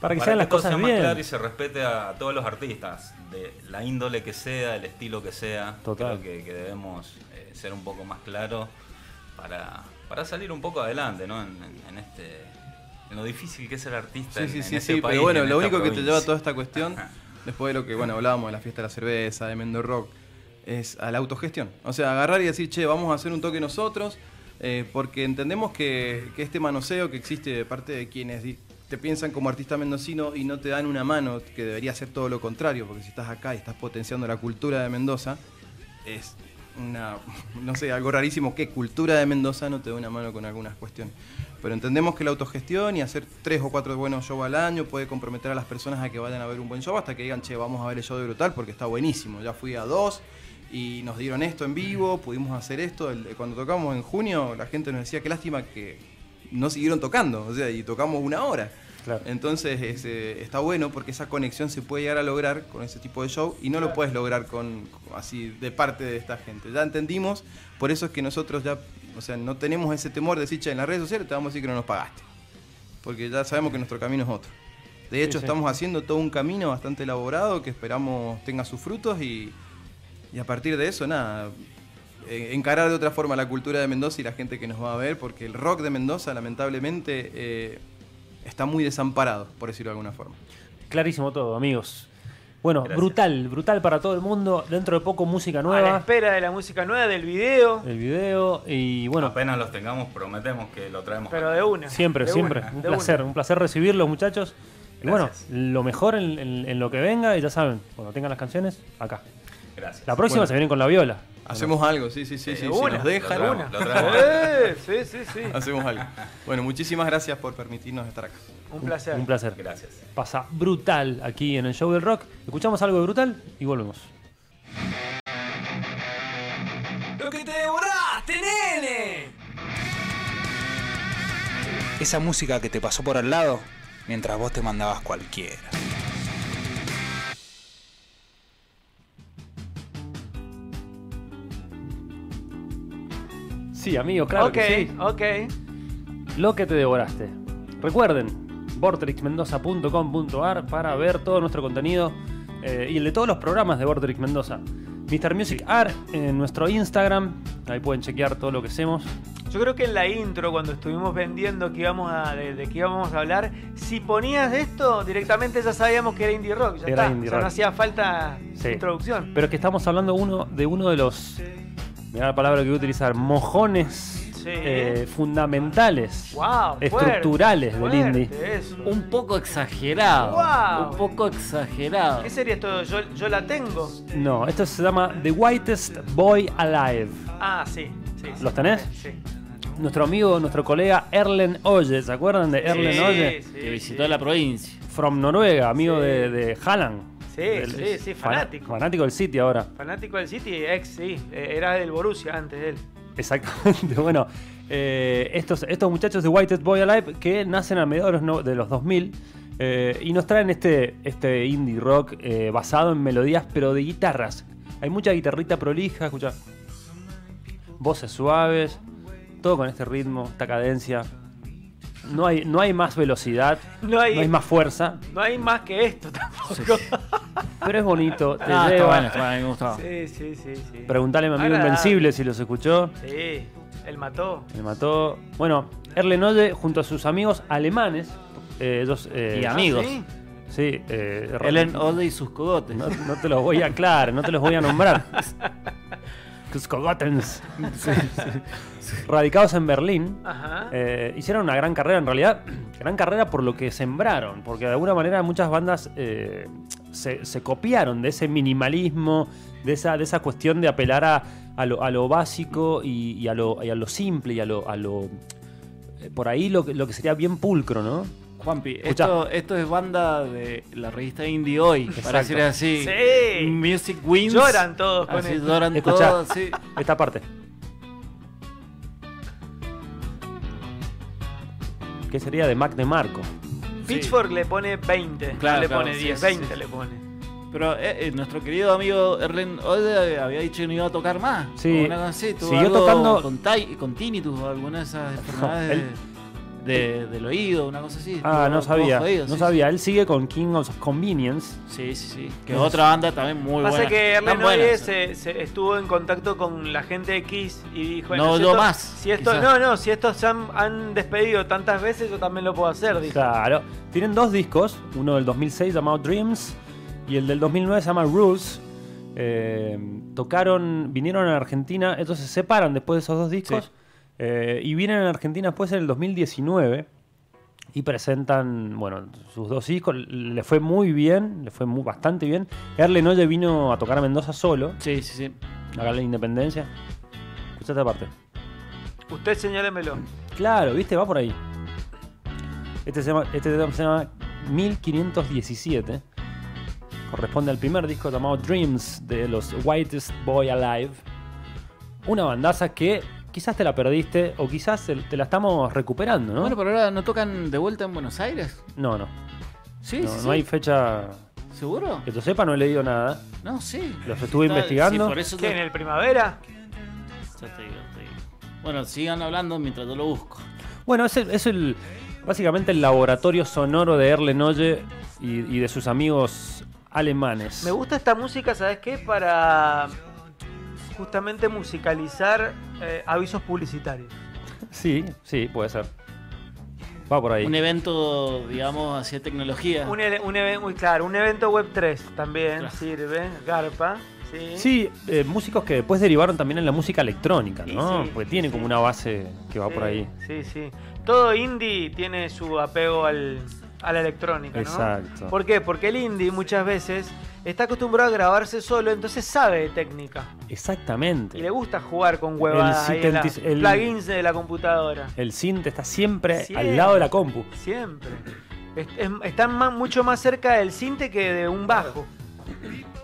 C: Para que sean las
G: todo
C: cosas
G: sea más
C: bien.
G: claro y se respete a, a todos los artistas, de la índole que sea, el estilo que sea.
C: Total.
G: Creo que, que debemos eh, ser un poco más claros para, para salir un poco adelante, ¿no? En, en- en este en lo difícil que es ser artista.
H: Sí,
G: en-
H: sí,
G: en
H: sí,
G: ese
H: sí,
G: país
H: pero
G: y
H: bueno,
G: en
H: lo
G: esta
H: único que te lleva a
G: provincia.
H: toda esta cuestión, después de lo que, bueno, hablábamos de la fiesta de la cerveza, de Mendo Rock, es a la autogestión. O sea, agarrar y decir, che, vamos a hacer un toque nosotros, eh, porque entendemos que, que este manoseo que existe de parte de quienes di- te piensan como artista mendocino y no te dan una mano, que debería ser todo lo contrario, porque si estás acá y estás potenciando la cultura de Mendoza, es una, no sé, algo rarísimo que cultura de Mendoza no te da una mano con algunas cuestiones. Pero entendemos que la autogestión y hacer tres o cuatro buenos shows al año puede comprometer a las personas a que vayan a ver un buen show hasta que digan, che, vamos a ver el show de Brutal porque está buenísimo. Ya fui a dos y nos dieron esto en vivo, pudimos hacer esto. El- eh, Cuando tocamos en junio, la gente nos decía, qué lástima que no siguieron tocando, o sea, y tocamos una hora.
C: Claro.
H: Entonces es, eh, está bueno porque esa conexión se puede llegar a lograr con ese tipo de show y no lo puedes lograr con así de parte de esta gente. Ya entendimos, por eso es que nosotros ya, o sea, no tenemos ese temor de decir, che, en las redes sociales te vamos a decir que no nos pagaste. Porque ya sabemos que nuestro camino es otro. De hecho,
C: Sí, sí.
H: estamos haciendo todo un camino bastante elaborado que esperamos tenga sus frutos y, y a partir de eso, nada, eh, encarar de otra forma la cultura de Mendoza y la gente que nos va a ver, porque el rock de Mendoza, lamentablemente, eh, está muy desamparado, por decirlo de alguna forma.
C: Clarísimo todo, amigos. Bueno,
G: Gracias.
C: brutal, brutal para todo el mundo. Dentro de poco música
E: A la
C: nueva,
E: espera de la música nueva, del video,
C: el video y bueno,
G: Apenas los tengamos, prometemos que lo traemos.
E: pero de una.
C: siempre,
E: de
C: siempre.
E: una,
C: un
E: de
C: placer, un placer recibirlos muchachos. Y
G: Gracias.
C: bueno, lo mejor en, en- en lo que venga, y ya saben, cuando tengan las canciones, acá.
G: Gracias.
C: La próxima
H: Bueno.
C: se vienen con la viola.
H: Hacemos algo, sí, sí, sí, sí,
G: Eh,
H: sí,
E: una,
H: nos
G: Lo
H: dejan,
G: traemos, lo
E: una.
G: traemos.
H: [laughs]
E: Eh, sí, sí,
C: [laughs]
E: sí.
H: hacemos algo. Bueno, muchísimas gracias por permitirnos estar acá.
E: Un placer.
C: Un placer.
G: Gracias.
C: Pasa brutal aquí en el show del rock. Escuchamos algo de brutal y volvemos.
F: ¡Lo que te devoraste, nene! Esa música que te pasó por al lado mientras vos te mandabas cualquiera.
C: Sí, amigo, claro
E: ok,
C: que sí.
E: ok.
C: Lo que te devoraste. Recuerden, vortexmendoza.com.ar para ver todo nuestro contenido eh, y el de todos los programas de Vortex Mendoza. Mr. Music Art en nuestro Instagram. Ahí pueden chequear todo lo que hacemos.
E: Yo creo que en la intro, cuando estuvimos vendiendo que íbamos a, de, de que íbamos a hablar, si ponías esto, directamente ya sabíamos que era indie rock. Ya
C: Era
E: está.
C: indie
E: O sea,
C: rock.
E: no hacía falta
C: Sí.
E: introducción.
C: Pero es que estamos hablando uno de uno de los. Mirá la palabra que voy a utilizar. Mojones
E: Sí.
C: eh, fundamentales,
E: Wow,
C: estructurales
E: fuerte,
C: del indie.
E: fuerte eso.
D: Un poco exagerado.
E: Wow.
D: Un poco exagerado.
E: ¿Qué sería esto? Yo, yo la tengo.
C: No, esto se llama The Whitest Boy Alive.
E: Ah, sí. sí, sí.
C: ¿Los tenés?
E: Sí.
C: Nuestro amigo, nuestro colega Erlen Oye, ¿se acuerdan de Erlen
E: Sí,
C: Oye?
E: sí,
D: que visitó
E: sí.
D: la provincia.
C: From Noruega, amigo
E: Sí.
C: de, de Haaland.
E: Sí,
C: Del-
E: sí, sí,
C: fana-
E: fanático.
C: Fanático del City ahora.
E: Fanático del City, ex, sí. Eh, Era del Borussia antes de él.
C: Exactamente. [laughs] Bueno, eh, estos, estos muchachos de Whited Boy Alive que nacen a mediados de los no- de los 2000 eh, y nos traen este, este indie rock eh, basado en melodías pero de guitarras. Hay mucha guitarrita prolija, escucha. Voces suaves, todo con este ritmo, esta cadencia. No hay, no hay más velocidad,
E: No hay-
C: no hay más fuerza,
E: No hay más que esto tampoco.
C: pero es bonito, te
D: Ah, está
C: lleva.
D: bueno, está bueno, a mí me gustaba.
E: Sí, sí, sí. sí.
C: Preguntale a mi amigo
E: Agradable.
C: Invencible si los escuchó.
E: Sí, él mató.
C: Me mató. Bueno, Erlen Oye junto a sus amigos alemanes. eh, ellos, eh,
D: Y amigos.
E: Sí.
C: Sí, eh, Ron-
D: Ellen Ode y sus cogotes.
C: No, no te los voy a aclarar, no te los voy a
D: [laughs]
C: nombrar. Tus cogotens. Radicados en
D: Ah.
C: Berlín,
E: Ajá.
C: eh, hicieron una gran carrera, en realidad, [clears throat] gran carrera por lo que sembraron, porque de alguna manera muchas bandas eh, se, se copiaron de ese minimalismo, de esa, de esa cuestión de apelar a, a lo, a lo básico y, y a lo, y a lo simple y a lo... a lo- eh, por ahí lo, que- lo que sería bien pulcro, ¿no?
D: Juanpi,
C: Escuchá.
D: esto, esto es banda de la revista Indie Hoy, para decir así.
E: Sí.
D: Music Wins.
E: Lloran todos con
D: Así
E: esto.
D: lloran
C: Escuchá.
D: todos, sí.
C: Esta parte. Que sería de Mac de Marco.
E: Pitchfork le pone 20.
D: Claro,
E: no le
D: claro,
E: pone
D: sí,
E: 10,
D: sí,
E: 20
D: sí.
E: le pone.
D: Pero eh, eh, nuestro querido amigo Erlen Ode había dicho que no iba a tocar más.
C: Sí.
D: O Una cosa así, tuvo
C: Siguió
D: algo
C: tocando-
D: Con, tai- con tinnitus o alguna de esas enfermedades
C: él-
D: de- de- del oído, una cosa así.
C: Ah,
D: Estuvo-
C: no
D: estuvo
C: sabía.
D: jodido,
C: No
D: sí,
C: sabía. Él sigue con King of Convenience.
D: Sí, sí, sí. Que es otra banda también muy
E: Pasa
D: buena.
E: que
D: Tan
E: Erlen eh,
D: buena.
E: Oye se, se estuvo en contacto con la gente de Kiss y dijo:
D: No
E: si
D: yo
E: esto-
D: más,
E: Si esto,
D: quizás.
E: no, no, si estos se han, han despedido tantas veces, yo también lo puedo hacer. Dijo.
C: Claro. Tienen dos discos. Uno del 2006 llamado Dreams y el del 2009 se llama Rules. Eh, tocaron, vinieron a Argentina. Entonces se separan después de esos dos discos.
D: Sí.
C: Eh, y vienen a Argentina después en el 2019. y presentan, bueno, sus dos discos. Le fue muy bien, le fue muy, bastante bien. Erlen Oye vino a tocar a Mendoza solo,
D: Sí, sí, sí.
C: acá en la Independencia. Escucha esta parte.
E: Usted señálemelo.
C: Claro, viste, va por ahí. Este se llama, este tema se llama 1517. Corresponde al primer disco llamado Dreams de los Whitest Boy Alive. Una bandaza que quizás te la perdiste o quizás te te la estamos recuperando, ¿no?
D: Bueno, pero ahora no tocan de vuelta en Buenos Aires.
C: no, no.
D: Sí,
C: No,
D: sí, sí.
C: no hay fecha
D: ¿Seguro?
C: que yo sepa, no he leído nada.
D: No, sí.
C: Los estuve
D: Está-
C: investigando.
D: sí, por eso
E: ¿Qué,
D: te-
E: en el primavera?
D: Ya te digo, te digo. Bueno, sigan hablando mientras yo lo busco.
C: Bueno, es el, es el- básicamente el laboratorio sonoro de Erlen Oye y, y de sus amigos alemanes.
E: Me gusta esta música, ¿sabes qué? Para justamente musicalizar eh, avisos publicitarios.
C: Sí, sí, puede ser. Va por ahí.
E: e-
D: Un evento, digamos, hacia tecnología.
E: Un, ele- un even- uy, claro, un evento web 3 también
D: Claro.
E: sirve, garpa, sí.
C: Sí, eh, músicos que después derivaron también en la música electrónica, ¿no?
E: Y sí,
C: Porque tiene
E: sí.
C: como una base que va
E: Sí,
C: por ahí.
E: Sí, sí. Todo indie tiene su apego al, a la electrónica, ¿no?
C: Exacto.
E: ¿Por qué? Porque el indie muchas veces está acostumbrado a grabarse solo, entonces sabe de técnica.
C: Exactamente.
E: Y le gusta jugar con huevadas
C: El
E: ahí en la-
C: sintetiz- el-
E: plugins de la computadora.
C: El synth está siempre
E: Sí.
C: al lado de la compu.
E: Siempre. Es- es- están más- mucho más cerca del cinte que de un bajo.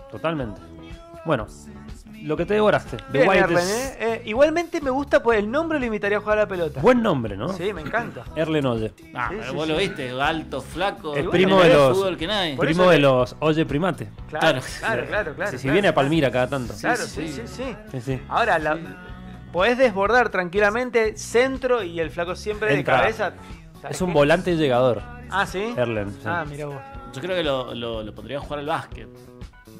C: Totalmente. Bueno, lo que te devoraste. The
E: Bien,
C: Whitest-
E: Erlen, ¿eh? Eh, igualmente me gusta, pues el nombre lo invitaría a jugar a la pelota.
C: Buen nombre, ¿no?
E: Sí, me encanta.
C: Erlen Oye.
D: Ah,
E: Sí,
D: pero
E: sí,
D: vos
E: sí.
D: lo viste, alto, flaco.
C: Es
D: bueno,
C: primo
D: mejor
C: de los-
D: fútbol que nadie.
E: Por
C: Primo
E: eso
C: de
E: que-
C: los Oye Primate.
E: Claro,
D: Claro.
E: claro, claro. claro Ah,
C: si si
E: claro.
C: viene a Palmira cada tanto.
E: Claro,
D: Sí,
E: sí,
D: sí.
E: sí, sí.
C: Sí, sí.
E: Ahora, la, podés desbordar tranquilamente centro y el flaco siempre
C: Entra.
E: de cabeza. ¿Sabés
C: Es un
E: qué?
C: volante llegador,
E: Ah, sí.
C: Erlen. sí.
E: Ah, mira vos.
D: Yo creo que lo, lo, lo pondría a jugar al básquet.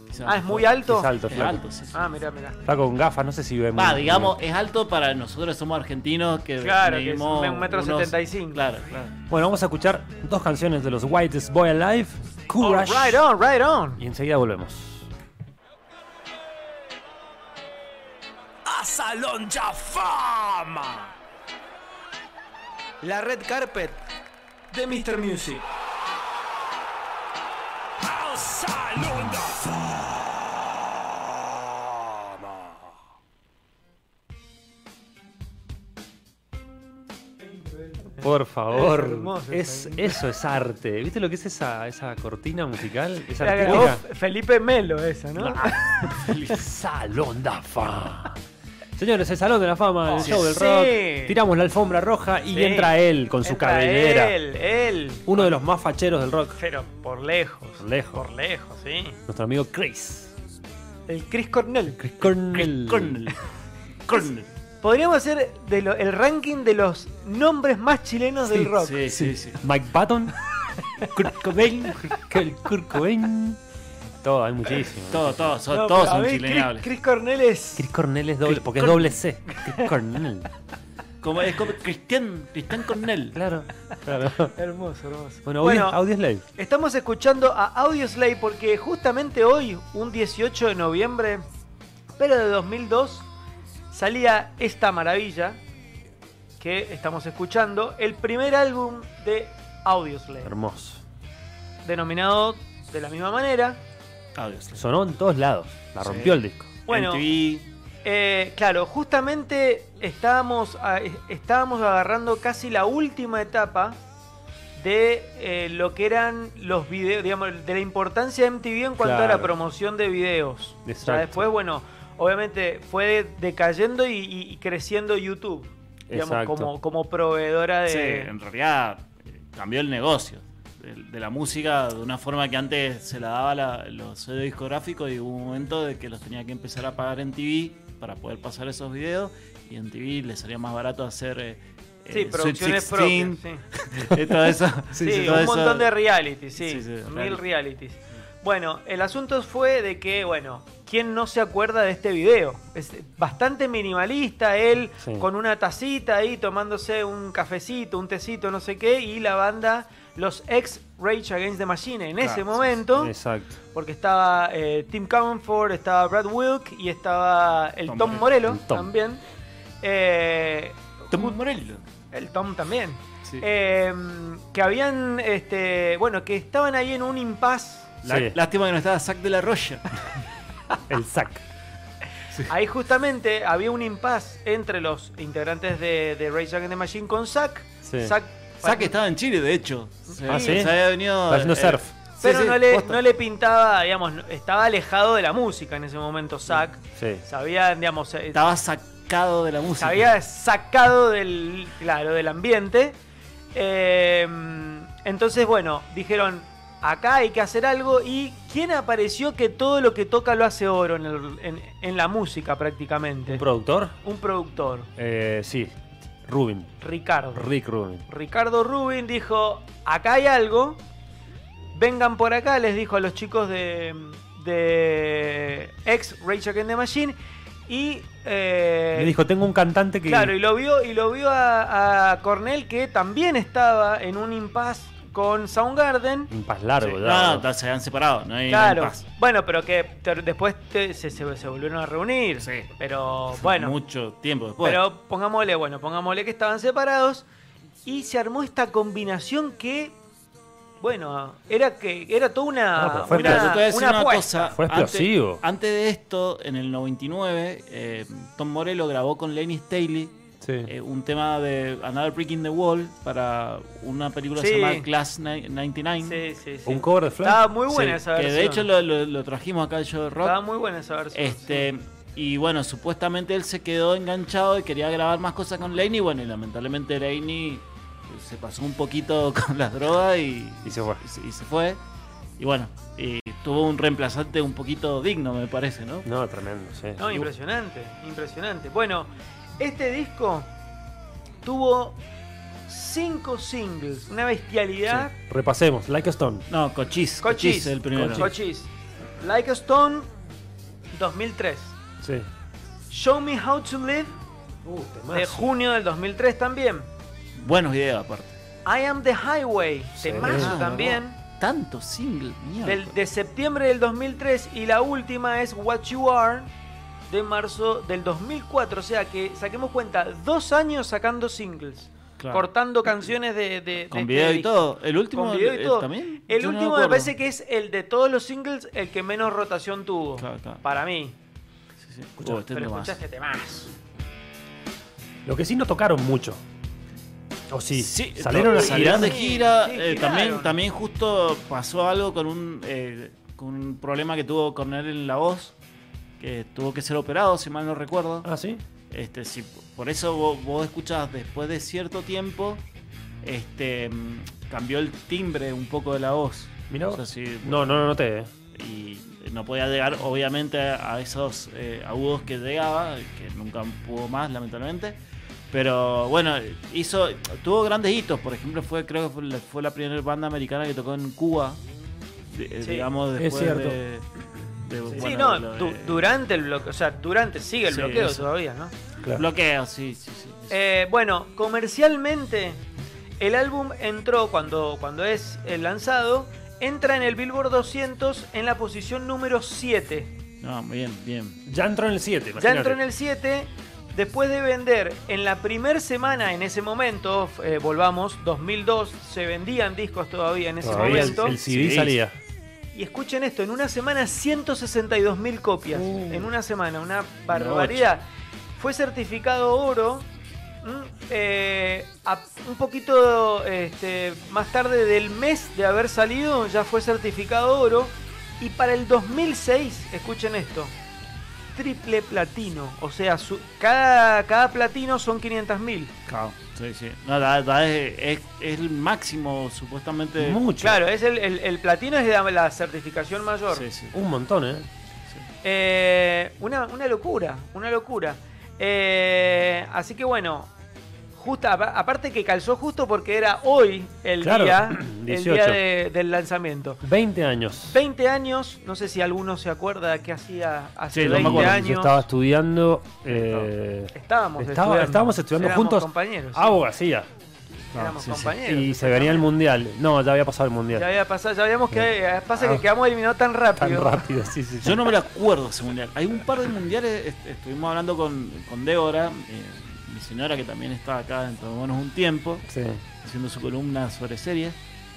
D: Quizás.
E: Ah, es muy alto.
C: Es alto,
D: Es
C: flaco.
D: alto, sí.
E: Ah, mira, mira.
C: Está con gafas, no sé si ve muy
D: Va,
C: bien.
D: digamos, es alto para nosotros somos argentinos que
E: Claro, que es
D: medimos
E: un metro
D: unos-
E: setenta y cinco.
D: Claro, claro.
C: Bueno, vamos a escuchar dos canciones de los Whitest Boy Alive, Courage,
E: Right on, right on.
C: y enseguida volvemos.
I: a Salonja Fama.
E: La Red Carpet de Mr. Music.
C: Por favor.
E: Es hermoso,
C: Es,
E: está
C: eso es arte. ¿Viste lo que es esa, esa cortina musical? Esa
E: La grabó
C: artística.
E: Felipe Melo esa, ¿no?
C: Salón de la fama. Señores, el salón de la fama del
E: Oh,
C: show del
E: sí.
C: rock. Tiramos la alfombra roja y
E: Sí.
C: entra él con su
E: Entra
C: cabellera.
E: Él, él.
C: Uno de los más facheros del rock.
E: Pero por lejos.
C: Por lejos.
E: Por lejos, sí.
C: Nuestro amigo Chris.
E: El Chris Cornell.
C: Chris Cornell.
D: Cornel. Cornel.
E: Podríamos hacer de lo- el ranking de los nombres más chilenos del rock.
D: Sí, sí, sí.
C: Mike Patton. [laughs] Kurt Cobain. El Kurt Cobain. Todo, hay muchísimo.
D: Todos, todos, son-
E: No,
D: todos
E: pero a
D: son
E: mí
D: chilenables.
E: Chris, Chris Cornell es.
C: Chris Cornell es doble, porque es doble C. Chris Cornell. [laughs]
D: Como, es como Cristian, Cristian Cornel.
C: Claro, claro.
E: Hermoso, hermoso.
C: Bueno,
E: Bueno,
C: audio, audio slave.
E: Estamos escuchando a Audioslave porque justamente hoy, un 18 de noviembre, pero de 2002, salía esta maravilla que estamos escuchando, el primer álbum de Audioslave,
C: Hermoso.
E: denominado de la misma manera.
D: Audios.
C: Sonó en todos lados. La rompió el disco.
E: Bueno,
D: MTV,
E: Eh, claro, justamente estábamos, a- eh, estábamos agarrando casi la última etapa de eh, lo que eran los videos, digamos, de la importancia de MTV en cuanto a la
C: Claro.
E: promoción de videos. O sea,
C: Exacto.
E: después, bueno, obviamente fue decayendo y, y- y creciendo YouTube, digamos,
C: Exacto.
E: como, como proveedora de...
D: sí, en realidad eh, cambió el negocio de, de la música de una forma que antes se la daba la- los sellos discográficos y hubo un momento de que los tenía que empezar a pagar en TV para poder pasar esos videos y en TV les salía más barato hacer eh,
E: Sí,
D: eh, Sweet
E: producciones
D: 16,
E: propias. sí.
D: [laughs] eh, todo eso.
E: [laughs] Sí,
D: todo
E: un
D: eso.
E: montón de reality, sí.
D: Sí, sí,
E: mil
D: reality.
E: realities. Bueno, el asunto fue de que, bueno, ¿quién no se acuerda de este video? Es bastante minimalista, él
C: Sí.
E: con una tacita ahí tomándose un cafecito, un tecito, no sé qué, y la banda, los ex Rage Against the Machine en
F: Claro,
E: ese
F: sí,
E: momento,
C: Exacto.
E: porque estaba eh, Tim Comfort, estaba Brad Wilk y estaba el Tom,
D: Tom
E: Morello
C: El Tom.
E: también. Eh,
D: Tom Morello.
E: el Tom también.
D: Sí.
E: Eh, que habían, este, bueno, que estaban ahí en un impas.
D: La-
C: Sí.
D: Lástima que no estaba Zack de la
E: [laughs]
D: Roya.
C: El sac.
E: Ahí justamente había un impas entre los integrantes de, de Rage Against the Machine con Zack.
C: Sí.
E: Zack-
D: Zack estaba en Chile, de hecho. Se-
C: Ah, ¿sí?
D: se había venido.
C: Está haciendo
D: eh,
C: surf.
D: sí,
E: pero
D: sí,
E: no, le,
D: posta.
E: no le pintaba, digamos, no- estaba alejado de la música en ese momento Zack.
C: Sí.
E: Sabía, digamos, eh,
D: Estaba sacado de la
E: se
D: música.
E: había sacado del, claro, del ambiente. Eh, entonces, bueno, dijeron, acá hay que hacer algo y ¿quién apareció que todo lo que toca lo hace oro en, el- en- en la música prácticamente?
C: ¿Un productor?
E: Un productor,
C: Eh, sí. Rubin.
E: Ricardo.
C: Rick Rubin.
E: Ricardo Rubin dijo, acá hay algo, vengan por acá, les dijo a los chicos de, de ex Rage Against the Machine y... eh,
C: Le dijo, tengo un cantante que...
E: Claro, y lo vio, y lo vio a, a Cornell que también estaba en un impasse con Soundgarden.
C: Un pas largo
D: Sí.
C: ya.
D: No,
C: ¿no?
D: no, se habían separado. No hay
E: Claro.
D: impasse.
E: Bueno, pero que ter- después te- se, se- se volvieron a reunir.
D: Sí.
E: Pero bueno.
D: Mucho tiempo después.
E: Pero pongámosle, bueno, pongámosle que estaban separados. Y se armó esta combinación que. Bueno, era que. Era toda una.
C: No, pero fue
E: una,
D: Mira, yo te voy a decir una,
E: apuesta.
D: cosa.
C: Fue explosivo.
D: Antes, antes de esto, en el 99, eh, Tom Morello grabó con Lenny Staley
C: Sí.
D: eh, un tema de Another Brick in the Wall para una película
E: Sí.
D: llamada Class Ni- 99.
E: Sí, sí, sí.
C: Un cover de Flash.
E: Estaba muy buena
D: Sí,
E: esa
D: que
E: versión.
D: de hecho lo, lo- lo trajimos acá al show de rock.
E: Estaba muy buena esa versión.
D: Este, y bueno, supuestamente él se quedó enganchado y quería grabar más cosas con Laney. Bueno, y lamentablemente Laney se pasó un poquito [laughs] con las drogas y,
C: Y se fue.
D: y se- y se fue. Y bueno, y tuvo un reemplazante un poquito digno, me parece, ¿no?
C: No, tremendo, sí.
E: No, impresionante, impresionante. Bueno, este disco tuvo cinco singles, una bestialidad.
C: Repasemos. Like a Stone.
D: No, Cochise. Cochise
E: Cochise,
D: Este el primero.
E: Cochise. Like a Stone, 2003.
C: Sí. Uh,
E: Show Me How to Live, Uh, de junio del 2003 también.
D: Buenos videos, aparte.
E: I Am the Highway,
C: Sí.
E: de mayo
D: Ah,
E: también.
D: Tanto single, mierda.
E: del- de septiembre del 2003 y la última es What You Are de marzo del 2004. O sea que saquemos cuenta, dos años sacando singles.
D: Claro.
E: cortando canciones de. de- de
D: Con
E: este
D: video y
E: disco.
D: todo. El último
E: Con video y
D: eh,
E: todo.
D: también.
E: El
D: Yo no
E: último me
D: acuerdo.
E: parece que es el de todos los singles el que menos rotación tuvo.
D: Claro, claro.
E: Para mí.
D: Sí, sí.
E: Escuchá,
D: Oh, este
E: pero
D: nomás.
E: escuchaste temas.
C: Lo que sí no tocaron mucho. O sí,
D: Sí,
C: salieron a
D: to- salieron
C: girar.
D: de gira.
E: Sí, sí,
D: eh,
E: giraron.
D: también, también justo pasó algo con un, eh, con un problema que tuvo Cornell en la voz, que tuvo que ser operado, si mal no recuerdo.
C: Ah, sí.
D: Este, si, por eso vos, vos escuchás después de cierto tiempo, este, mm, cambió el timbre un poco de la voz.
C: Mirá
D: O sea,
C: vos.
D: si-
C: No, no lo noté. eh.
D: y no podía llegar obviamente a esos eh, agudos que llegaba, que nunca pudo más lamentablemente. Pero bueno, hizo tuvo grandes hitos, por ejemplo, fue creo que fue la, fue la primera banda americana que tocó en Cuba, de- eh,
E: Sí,
D: digamos
C: es
D: después
C: cierto.
D: de, de-
E: Sí,
D: bueno, de
E: no,
D: lo
E: du-
D: de-
E: durante el bloqueo, o sea, durante sigue el
D: Sí,
E: bloqueo
D: eso.
E: todavía, ¿no?
C: Claro.
D: bloqueo, sí, sí, sí.
E: Eh, bueno, comercialmente, el álbum entró cuando, cuando es eh, lanzado, entra en el Billboard 200 en la posición número 7.
D: No, bien, bien.
C: Ya entró en el 7.
E: Ya entró en el 7 después de vender en la primera semana en ese momento, eh, volvamos, 2002, se vendían discos todavía en ese
C: Todavía el,
E: momento.
C: el CD
D: Sí.
C: salía.
E: Y escuchen esto, en una semana 162 mil copias. En una semana, una barbaridad. Fue certificado oro mm, eh, a- un poquito este, más tarde del mes de haber salido, ya fue certificado oro. Y para el 2006, escuchen esto, triple platino. O sea, su- cada, cada platino son 500 mil.
D: Claro. Sí, sí. No, la- la- es, es- es el máximo supuestamente.
C: Mucho.
E: Claro, es el, el- el platino es la, la certificación mayor.
D: Sí, sí.
C: Un montón, ¿eh?
E: Eh, una, una locura, una locura. Eh, así que bueno, justa, apa- aparte que calzó justo porque era hoy el
C: Claro, [clears throat]
E: día, el
C: 18.
E: día de- del lanzamiento.
C: 20 años.
E: 20 años, no sé si alguno se acuerda que hacía hace
D: Sí, no me
E: 20
D: acuerdo,
E: años.
C: Yo estaba estudiando. eh,
E: Estábamos
C: Estaba- estábamos estudiando
E: Éramos
C: juntos. Ah,
E: compañeros. sí,
C: abogacía.
E: éramos
D: sí, sí.
E: compañeros.
C: Y se venía el mundial. No, ya había pasado el
E: Ya
C: mundial.
E: había pasado, ya habíamos que pasa que
C: Ah.
E: quedamos eliminados tan rápido.
C: Tan rápido, sí, sí. sí.
D: Yo no me lo acuerdo ese mundial. Hay un par de mundiales, est- estuvimos hablando con, con Débora, eh, mi señora que también está acá dentro de menos un tiempo,
C: Sí.
D: haciendo su columna sobre series,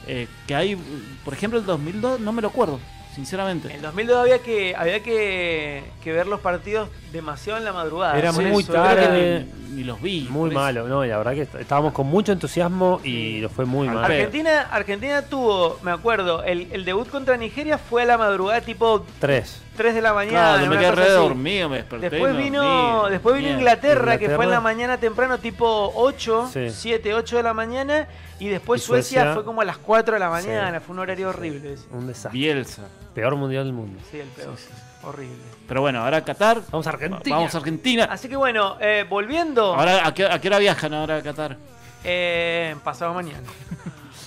D: eh, que hay, por ejemplo, el 2002, no me lo acuerdo,
E: En
D: sinceramente.
E: el 2002 había que había que, que ver los partidos demasiado en la madrugada.
C: Era
E: Por
C: muy
E: eso,
C: tarde.
D: Creo que ni, ni los vi. por
C: Muy
D: eso.
C: malo, no, y la verdad que est- estábamos con mucho entusiasmo y nos fue muy
D: Al
C: mal.
D: pedo.
E: Argentina, Argentina tuvo, me acuerdo, el, el debut contra Nigeria fue a la madrugada tipo
C: Tres.
E: 3 de la mañana.
D: Claro, yo me
E: una
D: quedé
E: cosa
D: re
E: así.
D: dormido, me desperté. y
E: Después
D: me
E: vino,
D: dormí.
E: después vino
D: Mierda.
E: Inglaterra, que
C: Inglaterra.
E: fue en la mañana temprano, tipo 8,
C: Sí.
E: 7, 8 de la mañana. Y después
C: Y
E: Suecia,
C: Suecia-
E: fue como a las 4 de la
C: Sí.
E: mañana. Fue un horario horrible. ese.
C: Un desastre.
D: Bielsa.
C: Peor mundial del mundo.
E: Sí, el peor. Horrible.
D: Pero bueno, ahora Qatar.
C: Vamos a Argentina.
D: Vamos a Argentina.
E: Así que bueno, eh, volviendo,
D: Ahora, ¿a qué, a qué hora viajan ahora a Qatar?
E: eh, pasado
D: [laughs]
E: mañana.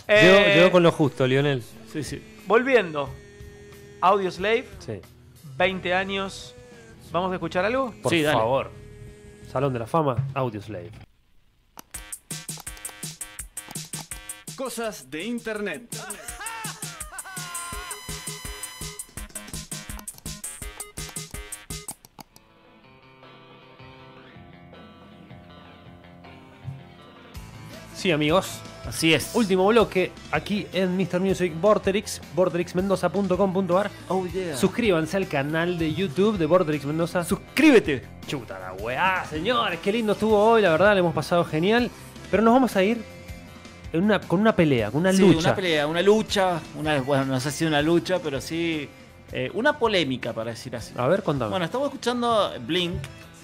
C: Llego,
E: Eh,
C: llego con lo justo, Lionel.
D: Sí, sí.
E: Volviendo, Audio Slave,
C: Sí.
E: 20 años. ¿Vamos a escuchar algo?
C: Por
D: Sí, dale.
C: favor. Salón de la Fama, Audioslave.
J: Cosas de Internet.
C: Sí, amigos.
D: Así es.
C: Último bloque aquí en Mr. Music Vorterix, vorterixmendoza.com.ar.
D: Oh, yeah.
C: Suscríbanse al canal de YouTube de Vorterix Mendoza.
D: Suscríbete.
C: Chuta la weá, señores, qué lindo estuvo hoy, la verdad, le hemos pasado genial. Pero nos vamos a ir en una- con una pelea, con una
D: Sí,
C: lucha.
D: una pelea, una lucha, una, bueno, no sé si una lucha, pero sí eh, una polémica, para decir así.
C: A ver, contame.
D: Bueno, estamos escuchando Blink.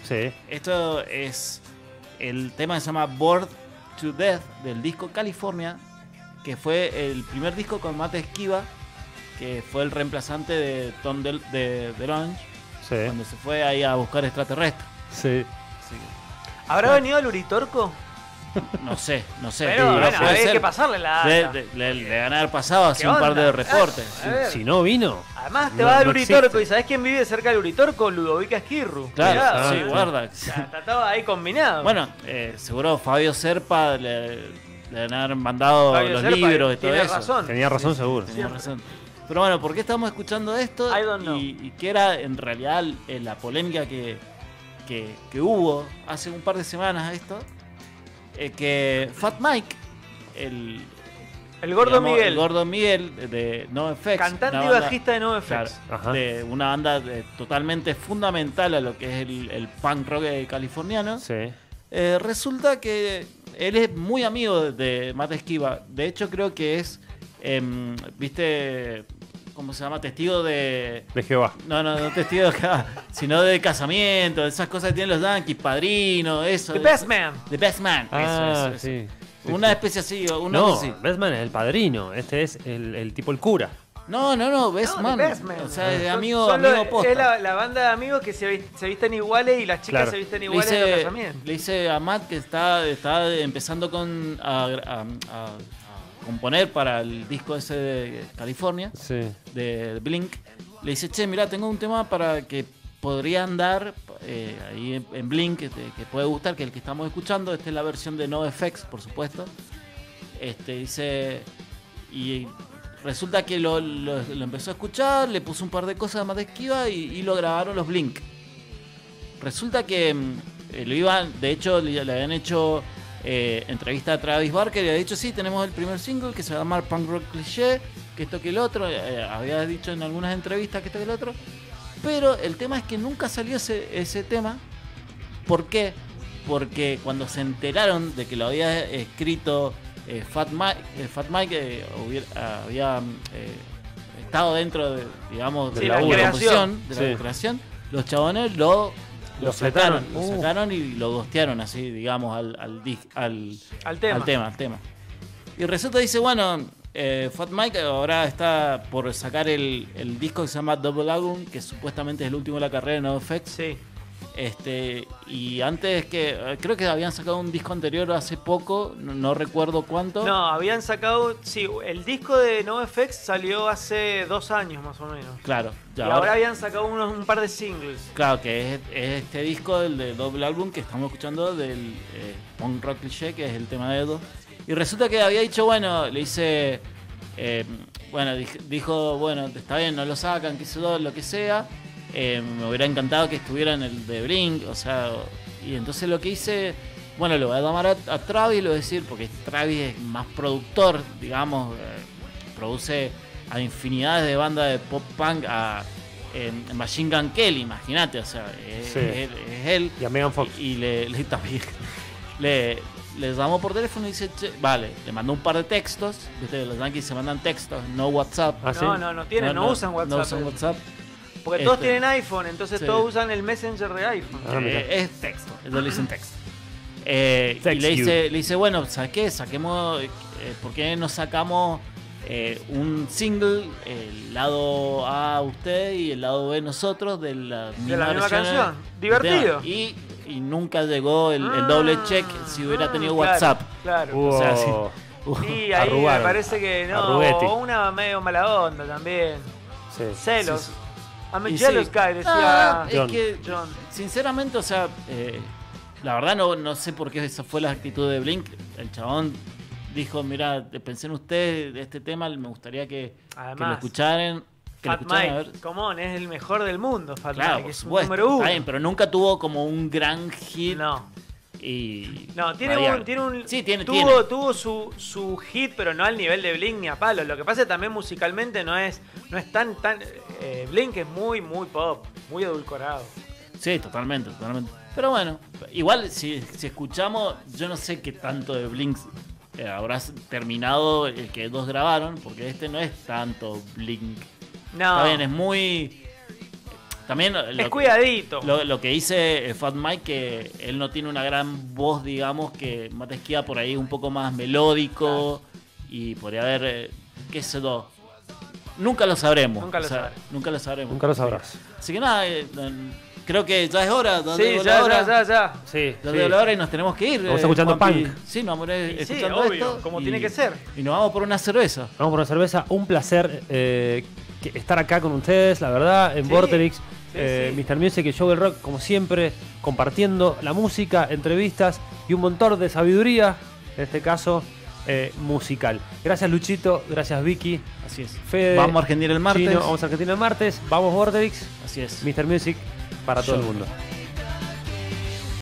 C: sí,
D: Esto es el tema que se llama Bored to Death del disco California, que fue el primer disco con Mate Esquiva, que fue el reemplazante de Tom Del de, de Orange,
C: sí,
D: cuando se fue ahí a buscar extraterrestres.
C: sí.
D: Así que,
E: ¿Habrá venido el Uritorco?
D: no sé, no sé.
E: [laughs] Pero
D: pero
E: bueno,
D: puede
E: hay
D: ser.
E: que pasarle la.
D: Le,
E: data.
D: le- le- le van a haber pasado así
E: ¿Qué
D: un par
E: onda? Ah,
D: de reportes.
E: A ver.
C: Si no vino,
E: Además te
C: No,
E: va a dar
C: no
E: Uritorco
C: existe.
E: y ¿sabés quién vive cerca del Uritorco? Ludovica Esquirru.
D: Claro, ah,
E: Cuidado,
D: sí,
C: Ah,
E: ¿eh?
D: guarda.
E: O sea, está todo ahí combinado.
D: Bueno, eh, seguro Fabio Serpa le, le han haber mandado
E: Fabio
D: los
E: Serpa
D: libros y todo
E: tiene
D: eso.
E: razón.
C: tenía razón seguro.
D: Tenía razón. Pero bueno, ¿por qué estamos escuchando esto?
E: I don't know.
D: Y, y que era en realidad eh, la polémica que, que, que hubo hace un par de semanas esto. eh, que Fat Mike, el,
E: El gordo
D: digamos,
E: Miguel,
D: el gordo Miguel de No FX,
E: cantante
D: una
E: y
D: banda-
E: bajista de NoFX.
D: claro,
I: Ajá.
D: de una banda de- totalmente fundamental a lo que es el, el punk rock eh, californiano.
I: Sí.
D: Eh, resulta que él es muy amigo de de Matt Esquiva. De hecho, creo que es, em, viste, ¿cómo se llama? Testigo de...
I: De Jehová.
D: No, no, no testigo de acá, [laughs] sino de casamiento, de esas cosas que tienen los yankees, padrino, eso.
E: The
D: eso.
E: Best Man.
D: The Best Man. eso,
I: Ah,
D: eso, eso.
I: sí.
D: Una especie así, o una
I: No,
D: cosa así.
I: Batman es el padrino. Este es el, el tipo el cura.
D: No, no, no, Best,
E: No, The
D: man.
E: Best Man. Ah.
D: O sea, de
E: Son-
D: amigo,
E: son los-
D: amigo posta.
E: Es la, la banda de amigos que se, vi- se visten iguales y las chicas
I: Claro.
E: se visten
D: Le
E: iguales en los
D: hice,
E: casamientos.
D: le hice a Matt que está, está empezando con a, a- a- a componer para el disco ese de California,
I: Sí.
D: de Blink. Le dice, che, mirá, tengo un tema para que podría andar eh, ahí en, en Blink, que, te- que puede gustar, que el que estamos escuchando. Esta es la versión de No Effects, por supuesto. Este, dice, y resulta que lo, lo- lo empezó a escuchar, le puso un par de cosas más de esquiva y, y lo grabaron los Blink. Resulta que mm, eh, lo iban, de hecho, le, le habían hecho eh, entrevista a Travis Barker y había dicho: Sí, tenemos el primer single que se va a llamar Punk Rock Cliché, que esto que el otro. eh, había dicho en algunas entrevistas que esto que el otro. Pero el tema es que nunca salió ese, ese tema. ¿Por qué? Porque cuando se enteraron de que lo había escrito eh, Fat Mike, eh, Fat Mike eh, hubiera- había mm, eh, estado dentro de, digamos,
E: Sí,
D: de
E: la
D: laburo,
E: creación.
D: composición, de la
I: Sí.
D: creación, los chabones lo, lo,
I: Lo
D: sacaron,
I: fletaron.
D: lo
I: Uh.
D: sacaron y lo gostearon así, digamos, al, al, dis- al,
E: Al tema.
D: al tema, al tema. Y resulta dice, bueno, eh, Fat Mike ahora está por sacar el, el disco que se llama Double Album, que supuestamente es el último de la carrera de NoFX.
E: Sí.
D: Este, y antes que. eh, Creo que habían sacado un disco anterior hace poco, no, no recuerdo cuánto.
E: No, habían sacado. Sí, el disco de NoFX salió hace dos años más o menos.
D: Claro,
E: Y
D: ya
E: ahora,
D: ahora.
E: habían sacado unos, un par de singles.
D: Claro, que es, es este disco, el de doble álbum que estamos escuchando del eh, Punk Rock Cliché, que es el tema de Edo. Y resulta que había dicho, bueno, le hice. eh, bueno, dij- dijo, bueno, está bien, no lo sacan, que yo, lo que sea. Eh, me hubiera encantado que estuviera en el de Brink, o sea. Y entonces lo que hice, bueno, lo voy a llamar a, a Travis, lo voy a decir, porque Travis es más productor, digamos, eh, produce a infinidades de bandas de pop punk, a eh, Machine Gun Kelly, imagínate, o sea, es,
I: Sí.
D: es- es él.
I: Y a Megan Fox.
D: Y, y le, le- también le, le llamó por teléfono y dice, "Che", vale, le mandó un par de textos. Viste, los yankees se mandan textos, no WhatsApp.
I: Ah, sí.
E: No, no, no tienen, no, usan WhatsApp. eh.
D: No usan WhatsApp.
E: Porque todos
D: Este.
E: tienen iPhone, entonces
D: Sí.
E: todos usan el Messenger de iPhone.
I: Ah, mira.
D: Eh, es texto, ellos le
I: [laughs]
D: dicen texto. Eh, y
I: Text
D: le
I: you.
D: dice, le dice, bueno, saqué, saquemos, eh, ¿por qué no sacamos eh, un single, el lado A usted y el lado B nosotros de la,
E: De la misma
D: versión
E: canción.
D: del tema?
E: Divertido.
D: Y, y nunca llegó el, el doble check si hubiera
E: Mm,
D: tenido
E: claro,
D: WhatsApp. Uh,
E: Claro.
I: Wow.
D: sea, sí. [laughs]
E: Y ahí
I: Arrugaron.
E: me parece que no.
I: Arruguetti.
E: O una medio mala onda también.
I: Sí.
E: Celos.
D: Sí,
E: I'm a
D: Y sí.
E: jealous guy, decía
D: Ah,
I: John.
D: Es que,
E: John.
D: sinceramente, o sea, eh, la verdad no, no sé por qué esa fue la actitud de Blink. El chabón dijo, mira, pensé en usted, este tema me gustaría que, que lo
E: Además,
D: escucharan. Que lo
E: Fat
D: escucharan, a
E: Mike,
D: ver.
E: come on, es el mejor del mundo, Fat
D: Claro,
E: Mike,
D: por
E: es un
D: supuesto.
E: número uno.
D: Está bien, pero nunca tuvo como un gran hit.
E: No,
D: Y
E: no, tiene
D: variable.
E: un, tiene un
D: Sí, tiene,
E: tuvo,
D: tiene.
E: tuvo su, su hit, pero no al nivel de Blink ni a palo. Lo que pasa es que también musicalmente no es, no es tan tan eh, Blink es muy, muy pop, muy edulcorado.
D: Sí, totalmente, totalmente. Pero bueno, igual si, si escuchamos, yo no sé qué tanto de Blink eh, habrás terminado el que dos grabaron, porque este no es tanto Blink.
E: No,
D: Está bien, es muy. También lo,
E: es cuidadito.
D: lo, lo que dice eh, Fat Mike, que él no tiene una gran voz, digamos, que Matesquía por ahí es un poco más melódico y podría haber, eh, qué sé yo. Nunca lo sabremos.
E: Nunca lo
D: o sea,
E: sabremos.
D: Nunca lo sabremos.
I: Nunca lo sabrás.
D: Así que nada, eh, don- creo que ya es hora. ya
E: sí,
D: llegó la
E: ya,
D: hora.
E: ya, ya, ya.
I: Sí.
D: Ya
I: sí.
D: llegó la hora y nos tenemos que ir.
I: Vamos
D: eh,
I: escuchando
D: Juanpi.
I: punk.
D: Sí, nos vamos a ir
E: Y sí,
D: escuchando
E: obvio,
D: esto.
E: como
D: y-
E: tiene que ser.
D: Y nos vamos por una cerveza.
I: Vamos por una cerveza. Un placer eh, que- estar acá con ustedes, la verdad, en
E: Sí,
I: Vorterix.
E: sí,
I: eh,
E: sí.
I: Mr. Music y Show del Rock, como siempre, compartiendo la música, entrevistas y un montón de sabiduría, en este caso eh, musical. Gracias Luchito, gracias Vicky,
D: Así es.
E: Eh,
I: Fede.
D: vamos a Argentina el martes.
I: Chino, vamos a Argentina el martes, vamos Vorterix,
D: Así es.
I: Mr. Music para todo
D: Show.
I: el mundo.